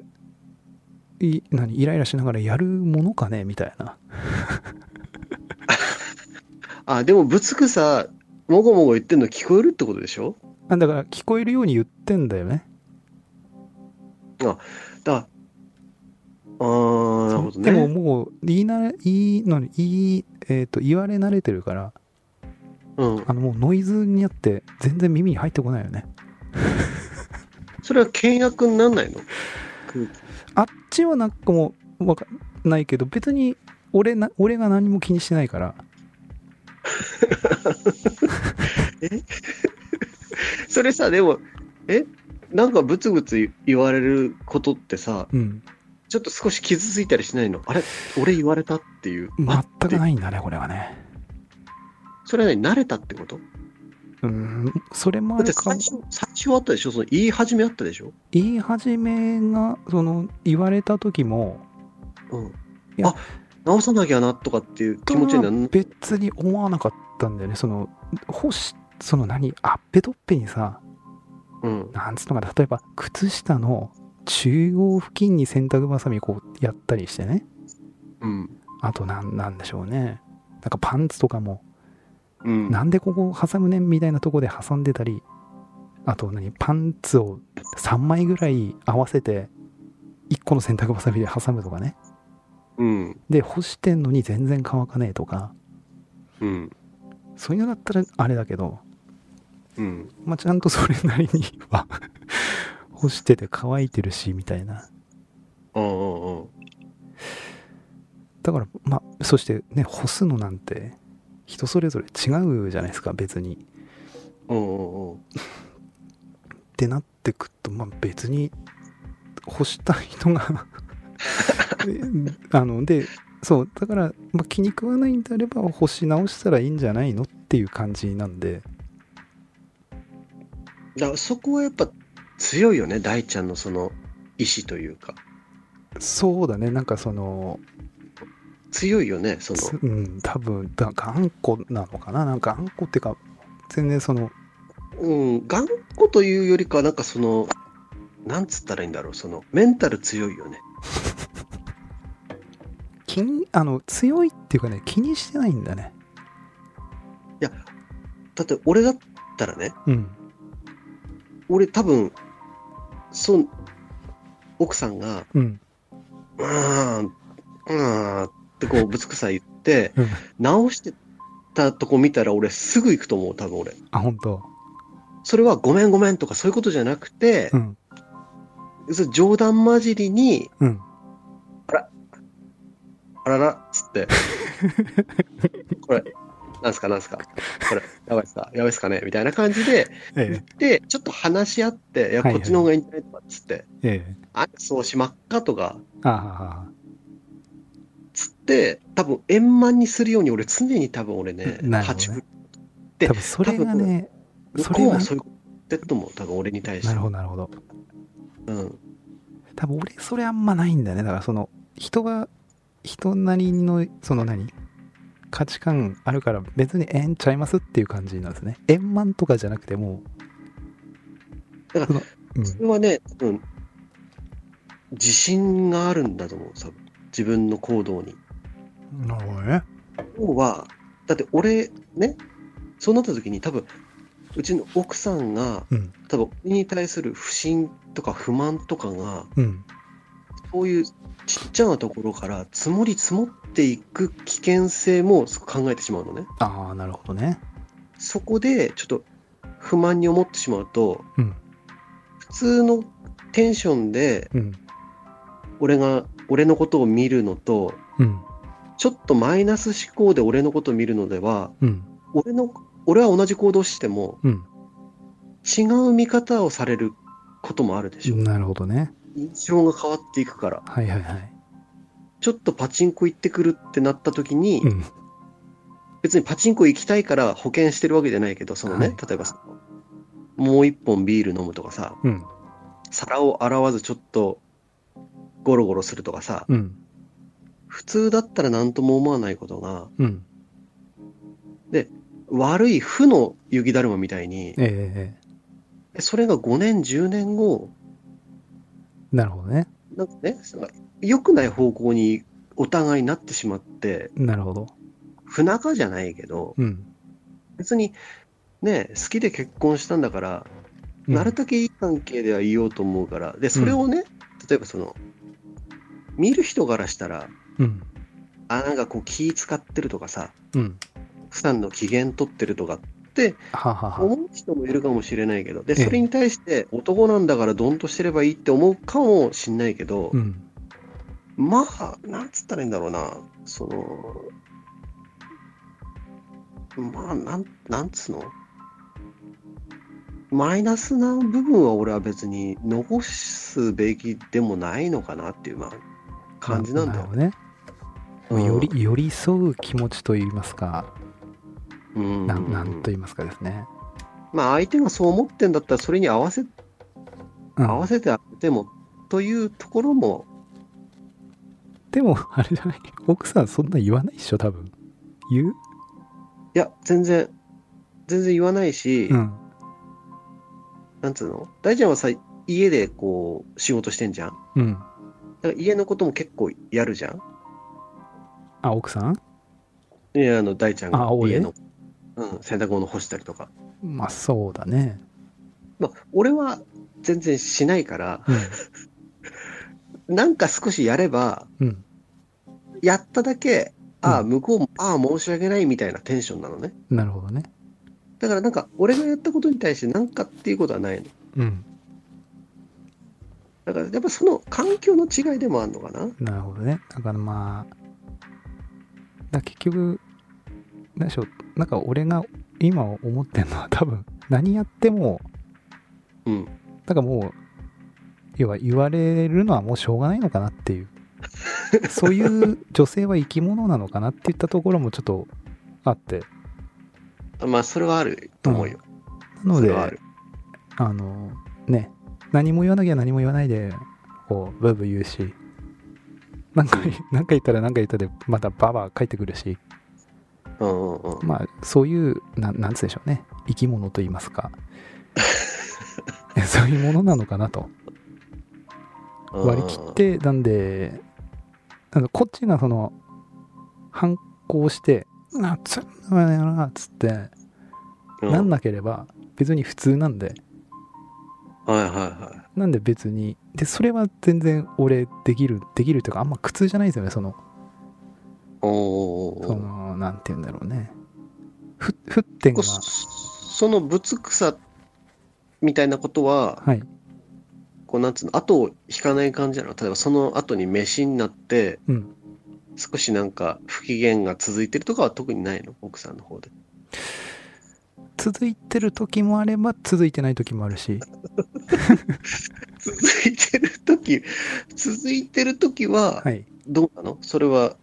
S1: い何イライラしながらやるものかねみたいな
S2: あ、でもぶつくさ、もごもご言ってんの聞こえるってことでしょ
S1: あだから聞こえるように言ってんだよね
S2: だあー、なるほど
S1: で
S2: ね。
S1: ももう言いな言いのに言い、えー、と言われ慣れてるから
S2: うん。
S1: あのもうノイズになって全然耳に入ってこないよね
S2: それは倹約になんないの空気
S1: あっちはなんかもうわかんないけど別に俺な俺が何も気にしてないから
S2: それさ、でも、えなんかぶつぶつ言われることってさ、
S1: うん
S2: ちょっと少し傷ついたりしないのあれ俺言われたっていう。
S1: 全
S2: あ
S1: くないんだねこれはね
S2: それはね慣れたってこと
S1: うんそれも
S2: だ
S1: あ
S2: って
S1: るか
S2: 最
S1: も
S2: 初、最初はあったでしょその言い始めあったでしょ
S1: 言い始めがその言われた時も
S2: うん
S1: い。や
S2: あ、直さなきゃなとかっていう気持ちになるの
S1: 別に思わなかったんだよねその干しその何あっぺとっぺにさ
S2: うん。
S1: なんつうのか例えば靴下の中央付近に洗濯ばさみこうやったりしてね
S2: うん。
S1: あとなんなんでしょうね。なんかパンツとかも、
S2: うん。
S1: なんでここ挟むねんみたいなとこで挟んでたり、あと何、パンツを3枚ぐらい合わせて、1個の洗濯ばさみで挟むとかね。
S2: うん。
S1: で、干してんのに全然乾かねえとか、
S2: うん。
S1: そういうのだったらあれだけど、
S2: うん。
S1: まあ、ちゃんとそれなりには 干してて乾いてるし、みたいな。
S2: うんうんうん。
S1: だから、まあ、そしてね、干すのなんて、人それぞれ違うじゃないですか、別に。
S2: うんうんうん。
S1: ってなってくと、まあ、別に干した人が であのでそうだから、まあ、気に食わないんであれば干し直したらいいんじゃないのっていう感じなんで
S2: だからそこはやっぱ強いよね、大ちゃんのその意志というか。
S1: そうだねなんかその、
S2: 強いよね、その。
S1: つうん、多分だ頑固なのかななんか頑固っていうか全然その
S2: うん、頑固というよりかは、なんかその、なんつったらいいんだろう、その、メンタル強いよね。
S1: 気にあの強いっていうかね気にしてないんだね
S2: だって、俺だったらね、
S1: うん
S2: 俺多分、そう、奥さんが、
S1: うん
S2: うーん、うーんってこう、ぶつくさ言って、
S1: うん
S2: 直してたとこ見たら、俺すぐ行くと思う、多分俺。
S1: あ本当
S2: それはごめんごめんとかそういうことじゃなくて
S1: う、ん
S2: それ冗談交じりに、
S1: うん
S2: あらら、つって。これ、なんすかなんすかこれ、やばいっすかやばいっすかねみたいな感じで、言っ
S1: え
S2: て、ちょっと話し合って、いや、
S1: はいは
S2: こ
S1: い
S2: っちの方がいいんじゃないとかっつって、
S1: え、ええ。
S2: あ、そうしまっかとか、
S1: あはは
S2: つって、多分円満にするように俺常に多分俺ね、
S1: なるほどね
S2: 八分で
S1: 多分それがね、
S2: 向
S1: そ
S2: こ
S1: れ
S2: う
S1: は
S2: も、そういうこと言ってると思う。多分俺に対して。
S1: なるほど、なるほど。
S2: うん。
S1: 多分俺、それあんまないんだよね。だから、その、人が、人なりの、その何価値観あるから、別にええんちゃいますっていう感じなんですね。円満とかじゃなくてもう、
S2: だから
S1: そのうん
S2: それはね、多分、自信があるんだと思う。多分自分の行動に。
S1: なるほどね。
S2: 要は、だって俺、ね、そうなった時に多分、うちの奥さんが、
S1: うん。
S2: 多分、俺に対する不信とか不満とかが、
S1: うん。
S2: そういうちっちゃなところから積もり積もっていく危険性も考えてしまうのね。
S1: ああ、なるほどね。
S2: そこでちょっと不満に思ってしまうと、
S1: うん
S2: 普通のテンションで
S1: うん。
S2: 俺が俺のことを見るのと
S1: うん。
S2: ちょっとマイナス思考で俺のことを見るのでは
S1: うん。
S2: 俺の俺は同じ行動をしても
S1: うん。
S2: 違う見方をされることもあるでしょ、
S1: なるほどね。
S2: 印象が変わっていくから
S1: はいはいはい。
S2: ちょっとパチンコ行ってくるってなった時に、
S1: うん。
S2: 別にパチンコ行きたいから保険してるわけじゃないけどそのね、
S1: はい
S2: 例えばそのもう一本ビール飲むとかさ、
S1: うん。
S2: 皿を洗わずちょっとゴロゴロするとかさ、
S1: うん。
S2: 普通だったら何とも思わないことが、
S1: うん。
S2: 悪い負の雪だるまみたいに、
S1: ええ
S2: それが5年、10年後、
S1: なるほどね。
S2: なんかね、その良くない方向にお互いなってしまって、
S1: なるほど。
S2: 不仲じゃないけど、
S1: うん。
S2: 別にね、好きで結婚したんだから、
S1: うん
S2: なるだけいい関係ではいようと思うから、で、それをね、例えばその、見る人からしたら、
S1: うん。
S2: あ、なんかこう気使ってるとかさ、
S1: うん。
S2: 普段の機嫌取ってるとか
S1: ははは。
S2: 思う人もいるかもしれないけど、で、
S1: ええ
S2: それに対して男なんだからドンとしてればいいって思うかもしんないけど
S1: う、ん。
S2: まあ、なんつったらいいんだろうな、その、まあ、なん、なんつうのマイナスな部分は俺は別に残すべきでもないのかなっていう、まあ、感じなんだよ。
S1: るほどね。
S2: うん
S1: より、寄り添う気持ちといいますか、
S2: うん
S1: なん、なんと言いますかですね。
S2: まあ、相手がそう思ってんだったら、それに合わせ
S1: うん
S2: 合わせてあげてもというところも、
S1: でも、あれじゃない奥さんそんな言わないっしょ、多分。言う
S2: いや、全然、全然言わないし、
S1: うん。
S2: なんつうの大ちゃんはさ、家でこう、仕事してんじゃんだ
S1: うん。
S2: から家のことも結構やるじゃん
S1: あ、奥さん
S2: いや、あの、大ちゃんが
S1: あ俺
S2: 家の、うん、洗濯物干したりとか。
S1: まあ、そうだね。
S2: まあ、俺は全然しないから、なんか少しやれば、
S1: うん。うん。
S2: やっただけ、ああ、
S1: うん
S2: 向こうも、ああ、申し訳ないみたいなテンションなのね。
S1: なるほどね。
S2: だからなんか、俺がやったことに対してなんかっていうことはないの。
S1: うん。
S2: だから、やっぱその環境の違いでもあるのかな。
S1: なるほどね。だからまあ、だ結局、何でしょう、なんか俺が今思ってんのは多分、何やっても、
S2: うん。
S1: なんかもう、要は言われるのはもうしょうがないのかなっていう、そういう女性は生き物なのかなっていったところもちょっとあって、
S2: まあ、それはあると思うよ。
S1: なの
S2: それ
S1: で、
S2: はある。
S1: あの、ね、何も言わなきゃ何も言わないで、こう、ブーブー言うし、なんか、なんか言ったらなんか言ったで、またババア帰ってくるし、
S2: うんうんうん。
S1: まあ、そういう、なん、なんつうでしょうね。生き物と言いますか。 そういうものなのかなと。割り切っ。て、なんで、あのこっちがその、反抗して、な、つんなやな、つって、
S2: うん
S1: なんなければ、別に普通なんで、
S2: はいはいは
S1: なんで別に、で、それは全然俺、できる、できるというか、あんま苦痛じゃないですよね、その、
S2: い。おお
S1: そ
S2: ー。
S1: の、なんて言うんだろうね。ふ、沸点
S2: こ
S1: が、
S2: そのぶつくさみたいなことは、
S1: はい。
S2: こうなんつうの、後を引かない感じなの例えばその後に飯になって、
S1: うん
S2: 少しなんか不機嫌が続いてるとかは特にないの奥さんの方で。
S1: 続いてる時もあれば続いてない時もあるし
S2: 続いてる時、続いてる時は、
S1: はい
S2: どうなのそれは、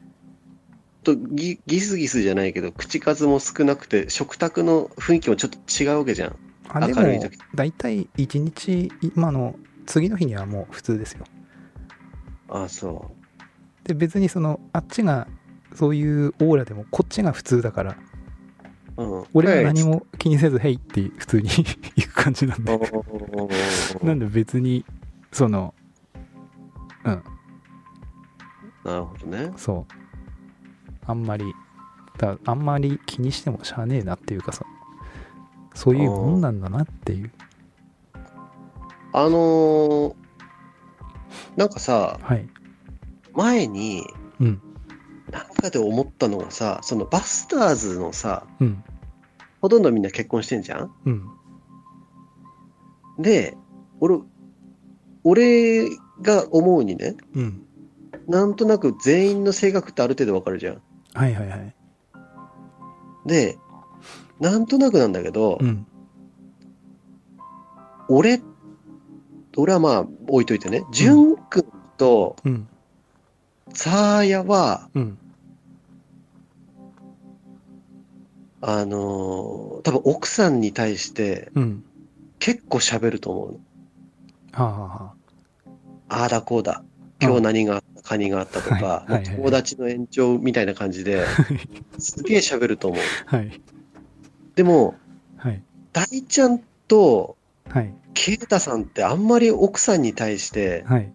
S2: とギギスギスじゃないけど、口数も少なくて、食卓の雰囲気もちょっと違うわけじゃん。
S1: あで
S2: 明るい
S1: も
S2: 時
S1: 大体1日今の次の日にはもう普通ですよ
S2: ああ、そう。
S1: で別にそのあっちがそういうオーラでもこっちが普通だから
S2: うん、
S1: 俺は
S2: は
S1: 何も気にせず「へい」って普通に 行く感じなんでな
S2: なん
S1: で別にその
S2: なるほどね。
S1: そうあんまりだあんまり気にしてもしゃあねえなっていうかさそういうもんなんだなっていう
S2: あのーなんかさ、
S1: はい
S2: 前に、
S1: うん
S2: なんかで思ったのがさ、そのバスターズのさ、
S1: うん
S2: ほとんどみんな結婚してんじゃん
S1: うん
S2: で、俺、俺が思うにね、
S1: うん
S2: なんとなく全員の性格ってある程度わかるじゃん。
S1: はいはいはい
S2: で、なんとなくなんだけど、
S1: うん
S2: 俺、俺はまあ置いといてね、ジュン君と
S1: うん
S2: サーヤは、
S1: うん
S2: あのー多分奥さんに対して
S1: うん
S2: 結構喋ると思うの。
S1: はあはあは
S2: ああだこうだ。今日何があった、カニがあったとか、
S1: はいはいはい
S2: 友達の延長みたいな感じ で、すげえ喋ると思う。
S1: あはい
S2: でも、
S1: はい
S2: 大ちゃんと
S1: はい
S2: ケイタさんってあんまり奥さんに対して、
S1: はい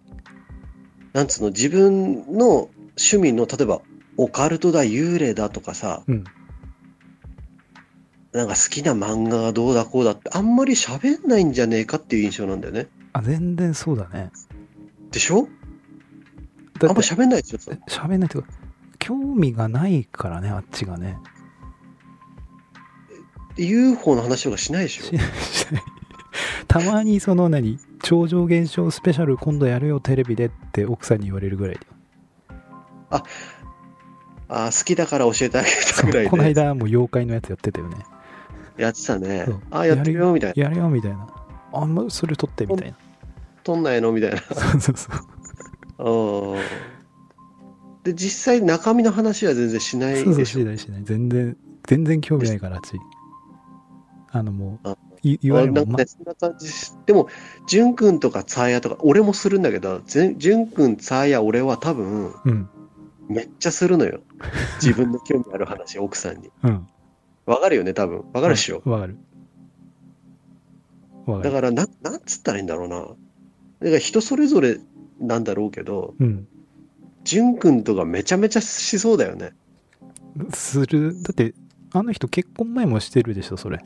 S2: なんつうの、自分の趣味の、例えば、オカルトだ、幽霊だとかさ、
S1: うん
S2: なんか好きな漫画がどうだこうだって、あんまり喋んないんじゃねえかっていう印象なんだよね。
S1: あ全然そうだね
S2: でしょあ
S1: だ
S2: ん
S1: っ
S2: ま
S1: て
S2: 喋んないでしょそれ
S1: 喋んないというか興味がないからねあっちがね
S2: UFO の話とかしないでしょ
S1: ししないたまにその何超常現象スペシャル今度やるよテレビでって奥さんに言われるぐらいで
S2: あー好きだから教えてあげたぐら
S1: この
S2: いで
S1: 間も妖怪のやつやってたよね
S2: やってたね
S1: そう。
S2: あーやってるよみたいな。
S1: やるよみたいなあんまそれ撮ってみたいな
S2: 撮んないのみ たいな。
S1: そうそうそう
S2: うんで、実際中身の話は全然しない
S1: そうそ
S2: で
S1: う
S2: しょ
S1: し。ないしない全然全然興味ないからあっちあのもう
S2: あ
S1: い言われる
S2: な
S1: も
S2: ん
S1: ん
S2: か
S1: ま
S2: ね、そんな感じしでも、ジュン君とかツァーヤとか、俺もするんだけど、ぜんジュン君、ツァーヤ、俺は多分、
S1: うん
S2: めっちゃするの よ。自分の興味ある話、奥さんに。
S1: うん
S2: わかるよね、多分。わかるでしょ。
S1: わかるわか
S2: だ
S1: る
S2: から、なん、なんつったらいいんだろうな。だから人それぞれなんだろうけど、
S1: うん
S2: ジュン君とかめちゃめちゃしそうだよね。
S1: するだってあの人結婚前もしてるでしょそれ、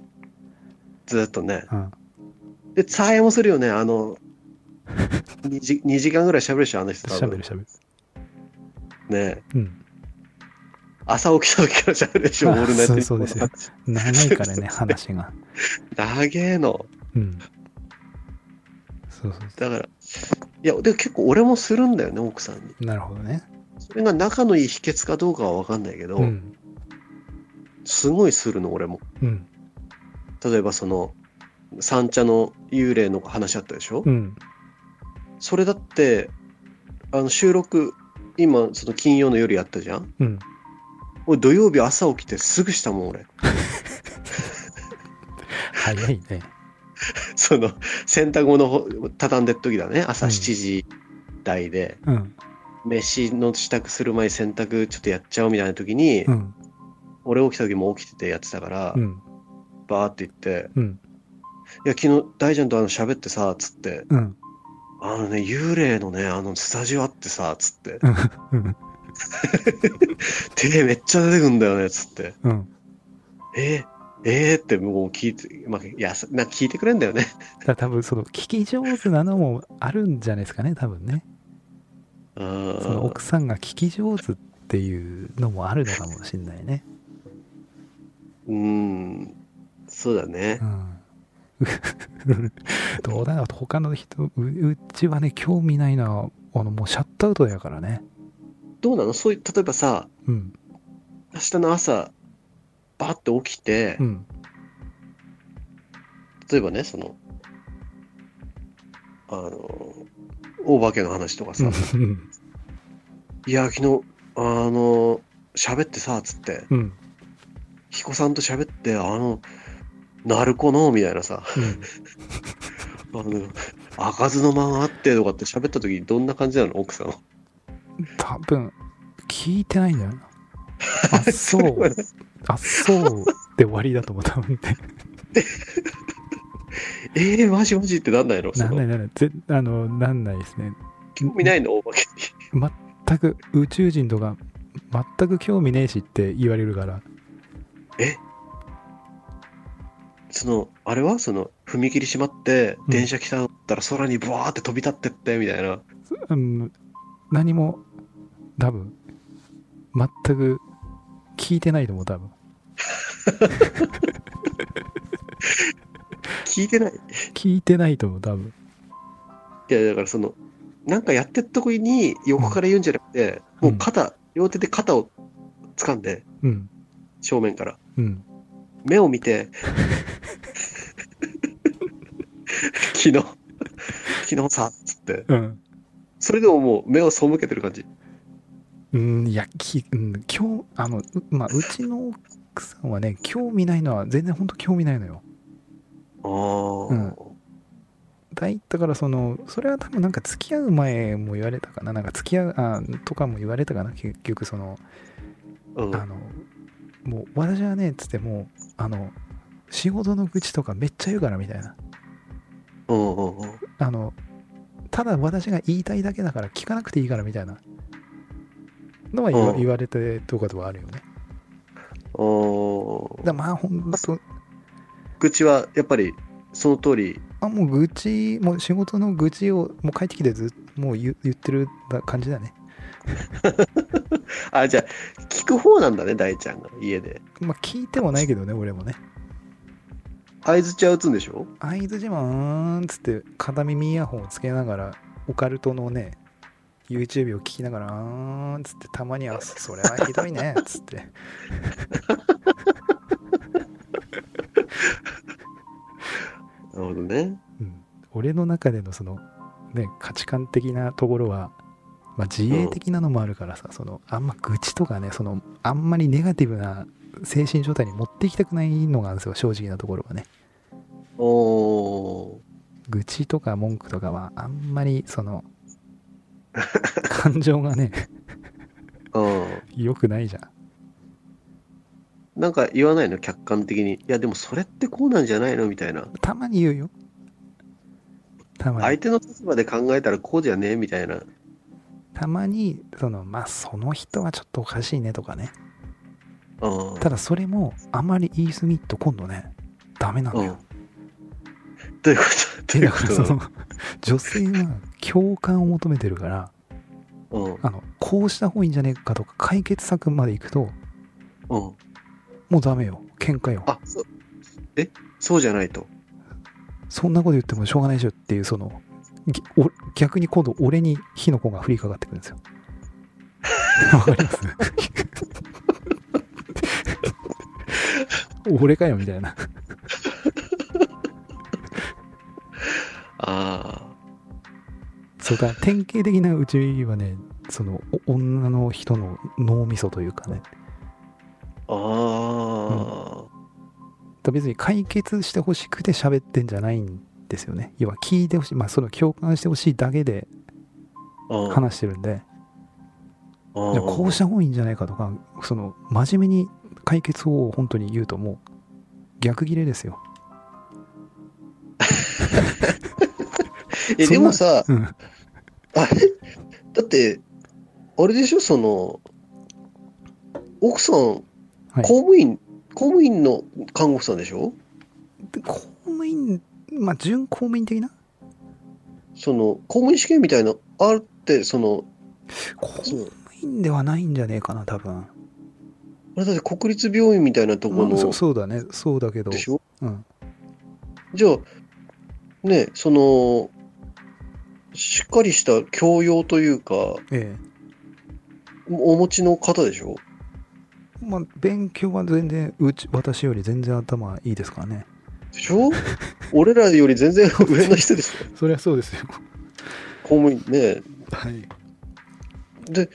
S2: ずっとね。
S1: うん、
S2: で、ツァーヤもするよね、あ の、2, 時2時間ぐらい喋るでしょ、あの人
S1: し
S2: 多
S1: ゃべ
S2: 分。
S1: るしゃべる
S2: ね
S1: うん
S2: 朝起きた時から喋るでしょ、オ
S1: あ
S2: ールナイトニッポン の
S1: そうそうで
S2: 話
S1: 長いから ね
S2: そう
S1: 話が
S2: 長えの。
S1: うんそうそう
S2: だから、いや、でも結構俺もするんだよね、奥さんに。
S1: なるほどね
S2: それが仲のいい秘訣かどうかは分かんないけど、
S1: うん
S2: すごいするの、俺も。
S1: うん
S2: 例えば、その、三茶の幽霊の話あったでしょ、
S1: うん
S2: それだって、あの、収録、今、その金曜の夜やったじゃん
S1: うん
S2: 俺、土曜日朝起きてすぐしたもん、俺。
S1: 早いね
S2: その、洗濯物ほ畳んでる時だね、朝
S1: うん
S2: 7時台で、
S1: うん
S2: 飯の支度する前に洗濯ちょっとやっちゃおうみたいな時に、
S1: うん
S2: 俺起きた時も起きててやってたから、
S1: うん
S2: バーって言って、
S1: うん
S2: いや、昨日大ちゃんとあの喋ってさ、つって、
S1: うん
S2: あのね、幽霊のね、あのスタジオあってさ、つって、
S1: うん
S2: 手めっちゃ出てくんだよね、つって、
S1: うん
S2: えー、えー、ってもう聞いて、まあ、いや、なんか聞いてくれんだよね。
S1: だから多分その聞き上手なのもあるんじゃないですかね多分ね
S2: う
S1: その
S2: ん
S1: 奥さんが聞き上手っていうのもあるのかもしんないね
S2: うん、そうだね
S1: う。ん どうだろう他の人ううちはね興味ないのはあのもうシャットアウトやからね
S2: どうなのそういう、例えばさ、
S1: うん。
S2: 明日の朝、バーって起きて、
S1: うん。
S2: 例えばね、その、あの、大化けの話とか
S1: う
S2: さ、
S1: んうん。
S2: いや、昨日、あの、喋ってさ、つって、
S1: うん。うん
S2: 彦さんと喋って、あの、鳴子の、みたいなさ、あの、開かずの間あってとかって喋った時にどんな感じなの奥さんは。
S1: 多分、聞いてないんだよな。 あ、そ
S2: れは
S1: う
S2: ね。
S1: あ、そう。で終わりだと思う、多分ね。
S2: ええー、マジマジってなんないのそ
S1: なんな
S2: の
S1: い、なんない。ぜあの、なんないですね。
S2: 興味ないの大化けに。
S1: 全く宇宙人とか全く興味ねえしって言われるから
S2: その、あれはその、踏切閉まって、
S1: ん
S2: 電車来たったら空にブワーって飛び立ってって、みたいな。
S1: うん、何も多分全く聞いてないと思う多分
S2: 聞いてない。
S1: 聞いてないと思う多分
S2: いや、だからその、なんかやってるとこに横から言うんじゃなくて、
S1: うん
S2: もう肩、両手で肩を掴んで、
S1: うん
S2: 正面から。
S1: うん
S2: 目を見て、 昨日、昨日さ、つって。
S1: うん、
S2: それでももう目を背けてる感じ。
S1: うん、いやき、うん、今日あのうまあうちの奥さんはね興味ないのは全然本当興味ないのよ
S2: ああ、
S1: うんだいだからそのそれは多分なんか付き合う前も言われたかななんか付き合うあとかも言われたかな結局その
S2: うん。
S1: あの、もう、私はね、つってもう、あの、仕事の愚痴とかめっちゃ言うからみたいな。
S2: うんうんうん。
S1: あの、ただ私が言いたいだけだから聞かなくていいからみたいなのは言わ,、
S2: うん
S1: 言われてとかとはあるよね。
S2: お
S1: だからまあ、ほんと、
S2: 愚痴はやっぱりその通り
S1: あもう愚痴、もう仕事の愚痴を、もう帰ってきてずっともう言言ってる感じだね。
S2: あじゃあ聞く方なんだね大ちゃんが家で
S1: まあ、聞いてもないけどね、俺もね。
S2: 相づちは打つんでしょ
S1: 合図自慢つって片耳イヤホンをつけながらオカルトのね YouTube を聞きながら「あーん」つってたまに「あそれはひどいね」つって
S2: なるほどね
S1: うん、俺の中でのその、ね、価値観的なところは、まあ、自衛的なのもあるからさ、そのあんま愚痴とかねそのあんまりネガティブな精神状態に持っていきたくないのがあるんですよ正直なところはね
S2: おお
S1: 愚痴とか文句とかはあんまりそ の感情がね
S2: ーうん
S1: 良くないじゃん
S2: なんか言わないの客観的にいやでもそれってこうなんじゃないのみたいな
S1: たまに言うよたまに
S2: 相手の立場で考えたらこうじゃねえみたいな
S1: たまにそのまあその人はちょっとおかしいねとかね
S2: うん
S1: ただそれもあまり言い過ぎると今度ねダメなの
S2: うん
S1: よ、
S2: どういうことどうい
S1: だ
S2: う
S1: から
S2: こと
S1: その女性は共感を求めてるから
S2: うん
S1: あのこうした方がいいんじゃねえかとか解決策まで行くと
S2: うん
S1: もうダメよ喧嘩よ
S2: あそえそうじゃないと
S1: そんなこと言ってもしょうがないでしょっていうそのぎお逆に今度俺に火の粉が降りかかってくるんですよわかります俺かよみたいな
S2: あ
S1: そうだ典型的なうちはねそのお女の人の脳みそというかね
S2: ーあ
S1: 別に解決してほしくて喋ってんじゃないんですよね要は聞いてほしいまあその共感してほしいだけで
S2: あ、うん、
S1: 話してるんで
S2: うん
S1: じゃあこうした方がいいんじゃないかとかその真面目に解決法を本当に言うともう逆切れですよそ
S2: え
S1: んな
S2: でもさ
S1: うん
S2: あれ だって、あれでしょ、その、奥さん、
S1: はい
S2: 公務員、公務員の看護婦さんでしょ
S1: で公務員まあ準公務員的な
S2: その、公務員試験みたいな、あるって、その、
S1: 公務
S2: う。
S1: 員ではないんじゃねえかな多分
S2: あれだって国立病院みたいなところ
S1: まあそ
S2: の、
S1: そうだねそうだけど
S2: でしょ
S1: うん
S2: じゃあ、ね、その、しっかりした教養というか、
S1: ええ
S2: お持ちの方でしょ
S1: まあ、勉強は全然うち私より全然頭いいですからね
S2: で しょ俺らより全然上の人でしょ
S1: そりゃそうですよ
S2: 公務員ね。
S1: はい
S2: で、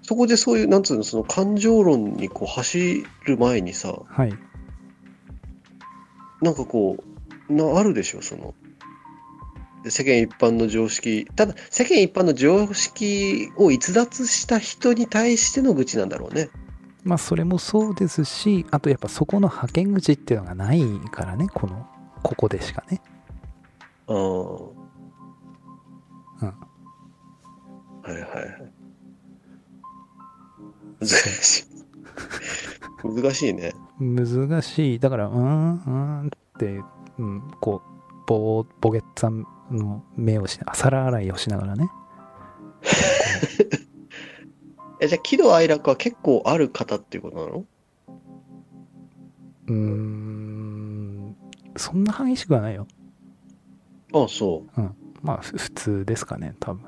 S2: そこでそういう、なんつうの、その感情論にこう走る前にさ、
S1: はい
S2: なんかこう、なあるでしょ、その。世間一般の常識。ただ、世間一般の常識を逸脱した人に対しての愚痴なんだろうね。
S1: まあそれもそうですしあとやっぱそこの派遣口っていうのがないからねこのここでしかね
S2: うん。
S1: うん
S2: はいはいはい。難しい。難しいね。
S1: 難しいだからうーんうーんって、うん、こうぼボゲッツさんの目をしな皿洗いをしながらね
S2: え、じゃあ、喜怒哀楽は結構ある方っていうことなの
S1: うーんそんな激しくはないよ
S2: ああ、そう。
S1: まあふ普通ですかね多分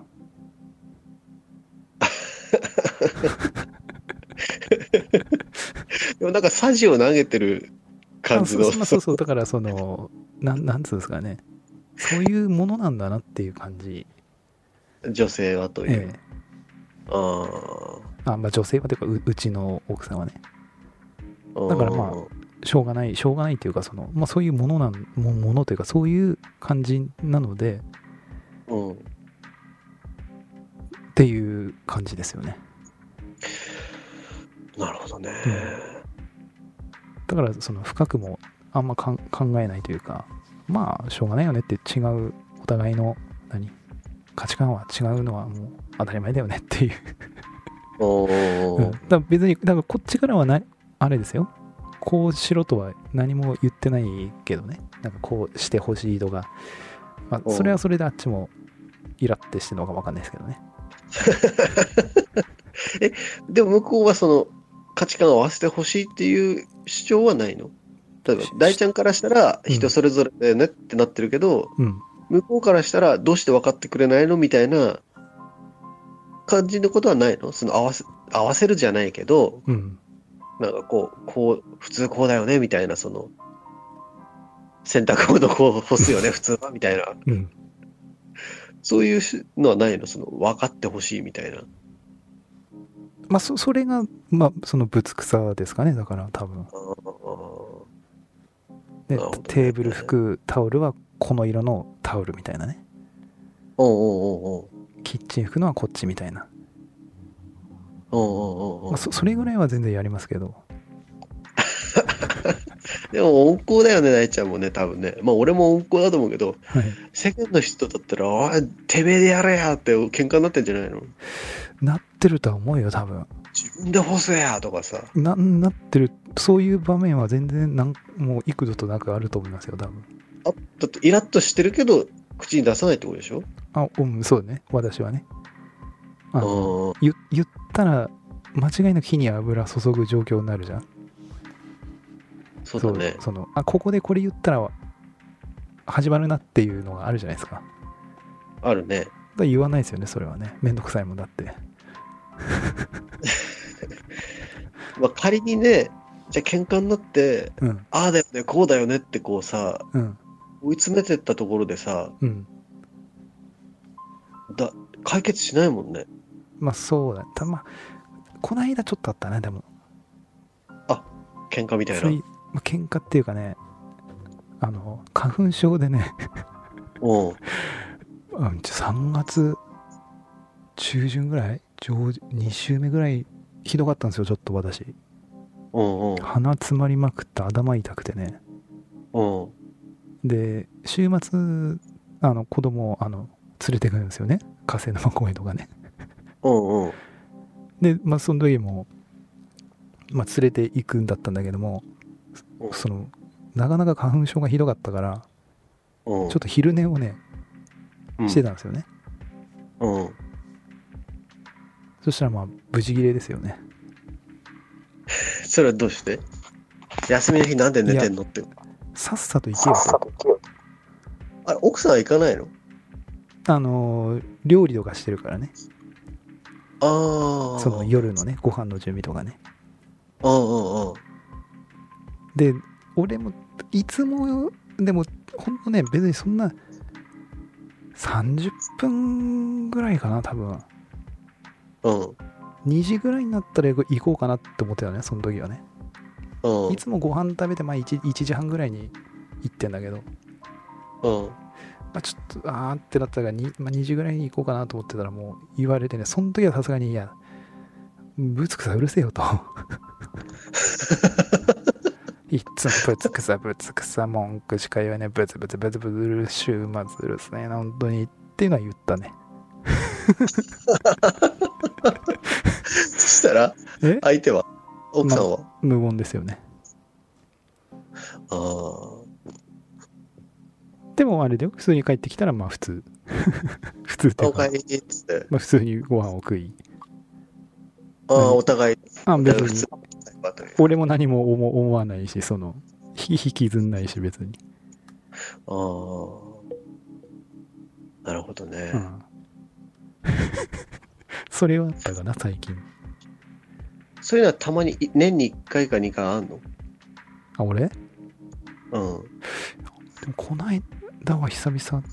S2: でもなんか、サジを投げてる感じの。
S1: あそうそうそうだからそのなんなんつうんですかねそういうものなんだなっていう感じ、
S2: 女性はという。
S1: ええ
S2: あ
S1: あまあ女性はというかううちの奥さんはね
S2: あ。
S1: だからまあ
S2: うん
S1: しょうがないしょうがないっていうかその、まあ、そういうものなんもものというかそういう感じなので
S2: うん。
S1: っていう感じですよね
S2: なるほどね。
S1: だからその深くもあんまかん考えないというかまあしょうがないよねって違うお互いの何価値観は違うのはもう当たり前だよねっていう
S2: お
S1: うん だ
S2: ー
S1: から別にだからこっちからはなあれですよこうしろとは何も言ってないけどねなんかこうしてほしいとか、まあ、
S2: うん
S1: それはそれであっちもイラってしてるのか分かんないですけどね
S2: でも向こうはその価値観を合わせてほしいっていう主張はないの例えば
S1: し
S2: 大ちゃんからしたら
S1: うん
S2: 人それぞれだよねってなってるけど、
S1: うん
S2: 向こうからしたらどうして分かってくれないのみたいな感じのことはないのその合わせ合わせるじゃないけど
S1: うん
S2: なんかこうこう普通こうだよねみたいなその洗濯物こう干すよね普通はみたいな
S1: うん
S2: そういうのはないのその分かってほしいみたいな
S1: まあそそれがまあそのぶつくさですかねだから多分
S2: あー
S1: で
S2: なるほどね
S1: テーブル服タオルはこの色のタオルみたいなね
S2: おうおうおうおう
S1: キッチン服のはこっちみたいな、
S2: おうおうおうおう
S1: まあ、そそれぐらいは全然やりますけど
S2: でも温厚だよね、大ちゃんもね、多分ね。まあ俺も温厚だと思うけど、
S1: はい
S2: 世間の人だったら、おい、てめえでやれやって喧嘩になってんじゃないの
S1: なってるとは思うよ多分
S2: 自分で干せやとかさ。
S1: ななってるそういう場面は全然なんもう幾度となくあると思いますよ多分
S2: だってイラッとしてるけど、口に出さないってことでしょ
S1: あうんそうね私はねあ
S2: あ
S1: の
S2: ー
S1: 言言ったら間違いなく火に油注ぐ状況になるじゃん
S2: そうだね。
S1: そのあここでこれ言ったら始まるなっていうのがあるじゃないですかだか
S2: あるね。
S1: ら言わないですよねそれはねめんどくさいもんだって
S2: まあ仮にね、じゃあ喧嘩になって、
S1: うん
S2: ああだよね、こうだよねってこうさ、
S1: うん
S2: 追い詰めてったところでさ、
S1: うん
S2: だ解決しないもんね。
S1: まあそうだたまあこないだちょっとあったねでも
S2: 喧嘩みたい
S1: そ
S2: な
S1: う。いうまあ喧嘩っていうかねあの花粉症でね
S2: うん。
S1: うん、3月中旬ぐらい上2週目ぐらいひどかったんですよちょっと私
S2: うんうん。
S1: 鼻詰まりまくって頭痛くてね
S2: うん。
S1: で週末あの子供をあの連れてくるんですよね火星沼公園とかね
S2: うんうん。
S1: でまあその時も、まあ、連れて行くんだったんだけども
S2: うん
S1: そのなかなか花粉症がひどかったから
S2: うん
S1: ちょっと昼寝をね
S2: うん
S1: してたんですよね、
S2: うん。
S1: そしたらまあ無事切れですよね
S2: それはどうして休みの日なんで寝てんのって。
S1: さっさと行けよと
S2: あれ、奥さんは行かないの
S1: あのー料理とかしてるからね
S2: ああ。
S1: その夜のねご飯の準備とかね
S2: ああ、ああ、
S1: で俺もいつもでもほんとね別にそんな30分ぐらいかな多分
S2: ああ。うん。
S1: 2時ぐらいになったら行こうかなって思ってたねその時はね
S2: うん
S1: い。つもご飯食べてまあ 1, 1時半ぐらいに行ってんだけど、ま
S2: うん。
S1: あ、ちょっとあーってなったから 2,、まあ、2時ぐらいに行こうかなと思ってたらもう言われてねその時はさすがにいやぶつくさうるせえよと いっつもぶつくさぶつくさ文句しか言わねえぶつぶつぶつぶつうるしゅうまずうるせえな本当にっていうのは言ったね
S2: そしたら、
S1: え
S2: 相手は奥さんは、
S1: 無言ですよね
S2: ああ。
S1: でもあれだよ普通に帰ってきたらまあ普通 普通っていう
S2: お
S1: か
S2: かえりっつって。
S1: まあ、普通にご飯を食い
S2: ああ、お互い、
S1: あ別
S2: 普
S1: に
S2: 通の会話という
S1: 俺も何も思思わないし、その、ひ引きずんないし、別に。
S2: ああ。なるほどね。
S1: うん。 それはあったかな、最近。
S2: そういうのはたまに、い年に1回か2回あんの
S1: あ、俺で
S2: うん。
S1: も、こないだは久々。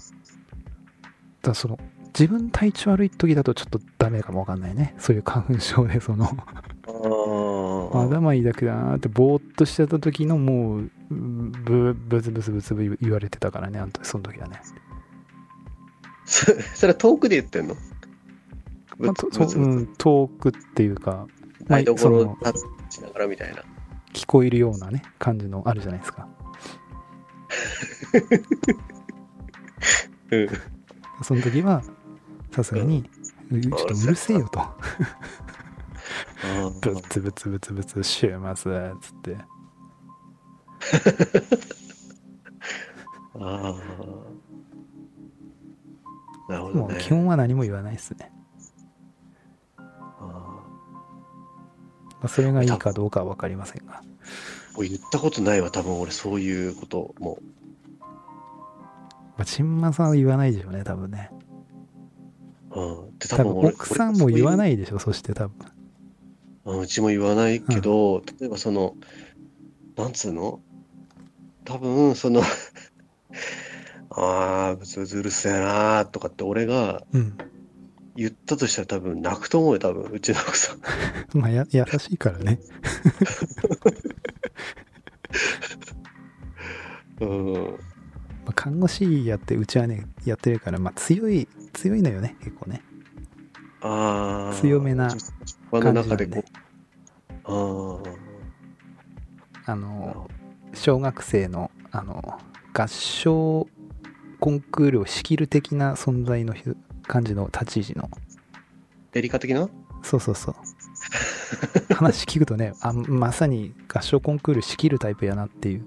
S1: だその、自分体調悪い時だとちょっとダメかもわかんないね。そういう花粉症で、その、
S2: ああ。
S1: 頭いいだけだなーって、ぼーっとしてた時の、もう、ぶ、ぶつぶつぶつぶ言われてたからね、あの時その時はね。
S2: そ それは遠くで言ってんの
S1: まあ、とそう、
S2: ぶ
S1: うん、遠くっていうか、
S2: 台
S1: そ
S2: 所
S1: の
S2: を立つしながらみたいな。
S1: 聞こえるようなね、感じのあるじゃないですか。
S2: うん。
S1: その時は、さすがに、うちょっとうるせえよと。
S2: あ
S1: ぶつぶつぶつぶつ、週末、つって。
S2: あああ。なるほど
S1: もう
S2: ね。
S1: 基本は何も言わないですね。
S2: あ
S1: まあ、それがいいかどうかは分かりませんが。
S2: あもう言ったことないわ、多分俺、そういうことも。
S1: まあ、ちんまさんは言わないでしょうね、多分ね。
S2: うん。で、多
S1: 多
S2: 分
S1: 分
S2: 俺、
S1: 奥さんも言わ
S2: い。
S1: ないでしょ、そして多分。
S2: うんうちも言わないけど、例えばその、なんつうの多分、その、 ああ、ぶつぶつうるせえなーとかって俺が
S1: うん。
S2: 言ったとしたら多分泣くと思うよ、多分、うちの奥さん。
S1: まあ、や優しいからね。
S2: うん。
S1: まあ、看護師やって、うちはね、やってるから、まあ、強い、強いのよね、結構ね。
S2: ああ。
S1: 強めな
S2: 輪の中
S1: 感じ
S2: で
S1: なん
S2: こ
S1: で
S2: う。ああ。
S1: あ
S2: なる
S1: の、
S2: ほ
S1: 小学生の、あの、合唱コンクールを仕切る的な存在の人感じの立ち位置の
S2: デリカ的な
S1: そうそうそう話聞くとねあまさに合唱コンクール仕切るタイプやなっていう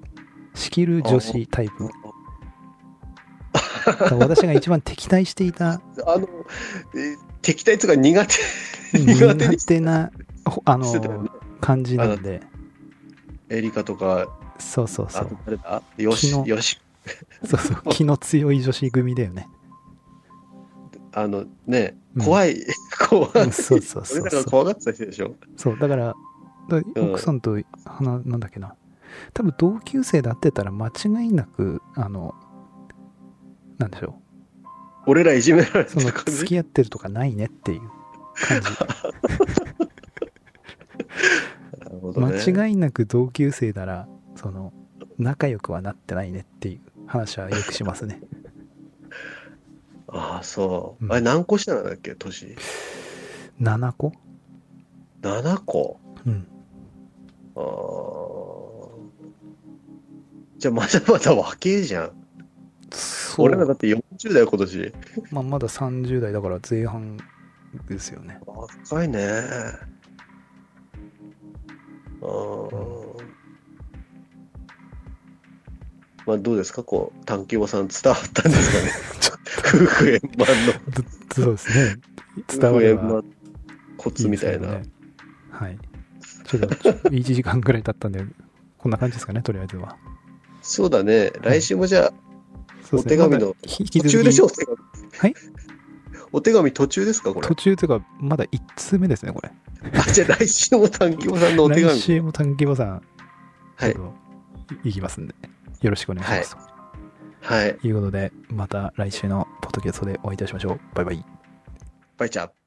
S1: 仕切る女子タイプだから私が一番敵対していた
S2: あの、え敵対とか苦手、 苦手に
S1: 苦手なほあ
S2: してたよ
S1: の
S2: ね。
S1: 感じなんで
S2: エリカとか、
S1: そうそうそ
S2: あ
S1: う
S2: と誰だよし、
S1: 昨日
S2: よし、
S1: そうそう気の強い女子組だよね
S2: あのね
S1: う、ん
S2: 怖い、怖
S1: う
S2: い。
S1: んそうそうそうそう
S2: 俺らが怖がってた人でしょ。
S1: そうだからだ
S2: うん
S1: 奥さんと花なんだっけな多分同級生で会ってたら間違いなくあのなんでしょう
S2: 俺らいじめられ
S1: そ
S2: て
S1: の
S2: た感
S1: 付
S2: じ。
S1: き合ってるとかないねっていう感 じ
S2: なるほどね
S1: 間違いなく同級生ならその仲良くはなってないねっていう話はよくしますね
S2: ああ、そうう。
S1: ん
S2: あれ、何個下なんだっけ、年。
S1: 7個
S2: 7個。
S1: うん
S2: ああ。じゃあ、まだまだ若えじゃん。
S1: そ
S2: 俺らだ
S1: う、
S2: って40だよ、今年。
S1: まあ、まだ30代だから前半ですよね
S2: 若いね。うん。まあどうですかこう、探求おばさん伝わったんですかね
S1: ちょ
S2: 夫婦円満の、
S1: ずそうです ね伝
S2: 夫
S1: わ
S2: 婦
S1: れ
S2: 円
S1: ば
S2: 満コツ
S1: い
S2: み
S1: です
S2: た
S1: け
S2: い
S1: ど
S2: な。
S1: ねはいちょっとちょ1時間ぐらい経ったんでこんな感じですかねとりあえずは
S2: そうだね。来週もじゃあ、
S1: そうですね
S2: お手紙の
S1: まだ引き続
S2: 途
S1: き
S2: 中でしょお手紙。
S1: はい
S2: お手紙途中ですかこれ
S1: 途。中というか、まだ1通目ですね、これ。
S2: あ、じゃあ来週も短期保さんのお手紙。
S1: 来週も短期保さん、
S2: はい
S1: ちょっとい、いきますんで、よろしくお願いします。
S2: はい。
S1: ということで、また来週のポッドキャストでお会いいたしましょう。バイバイ。
S2: バイチャー。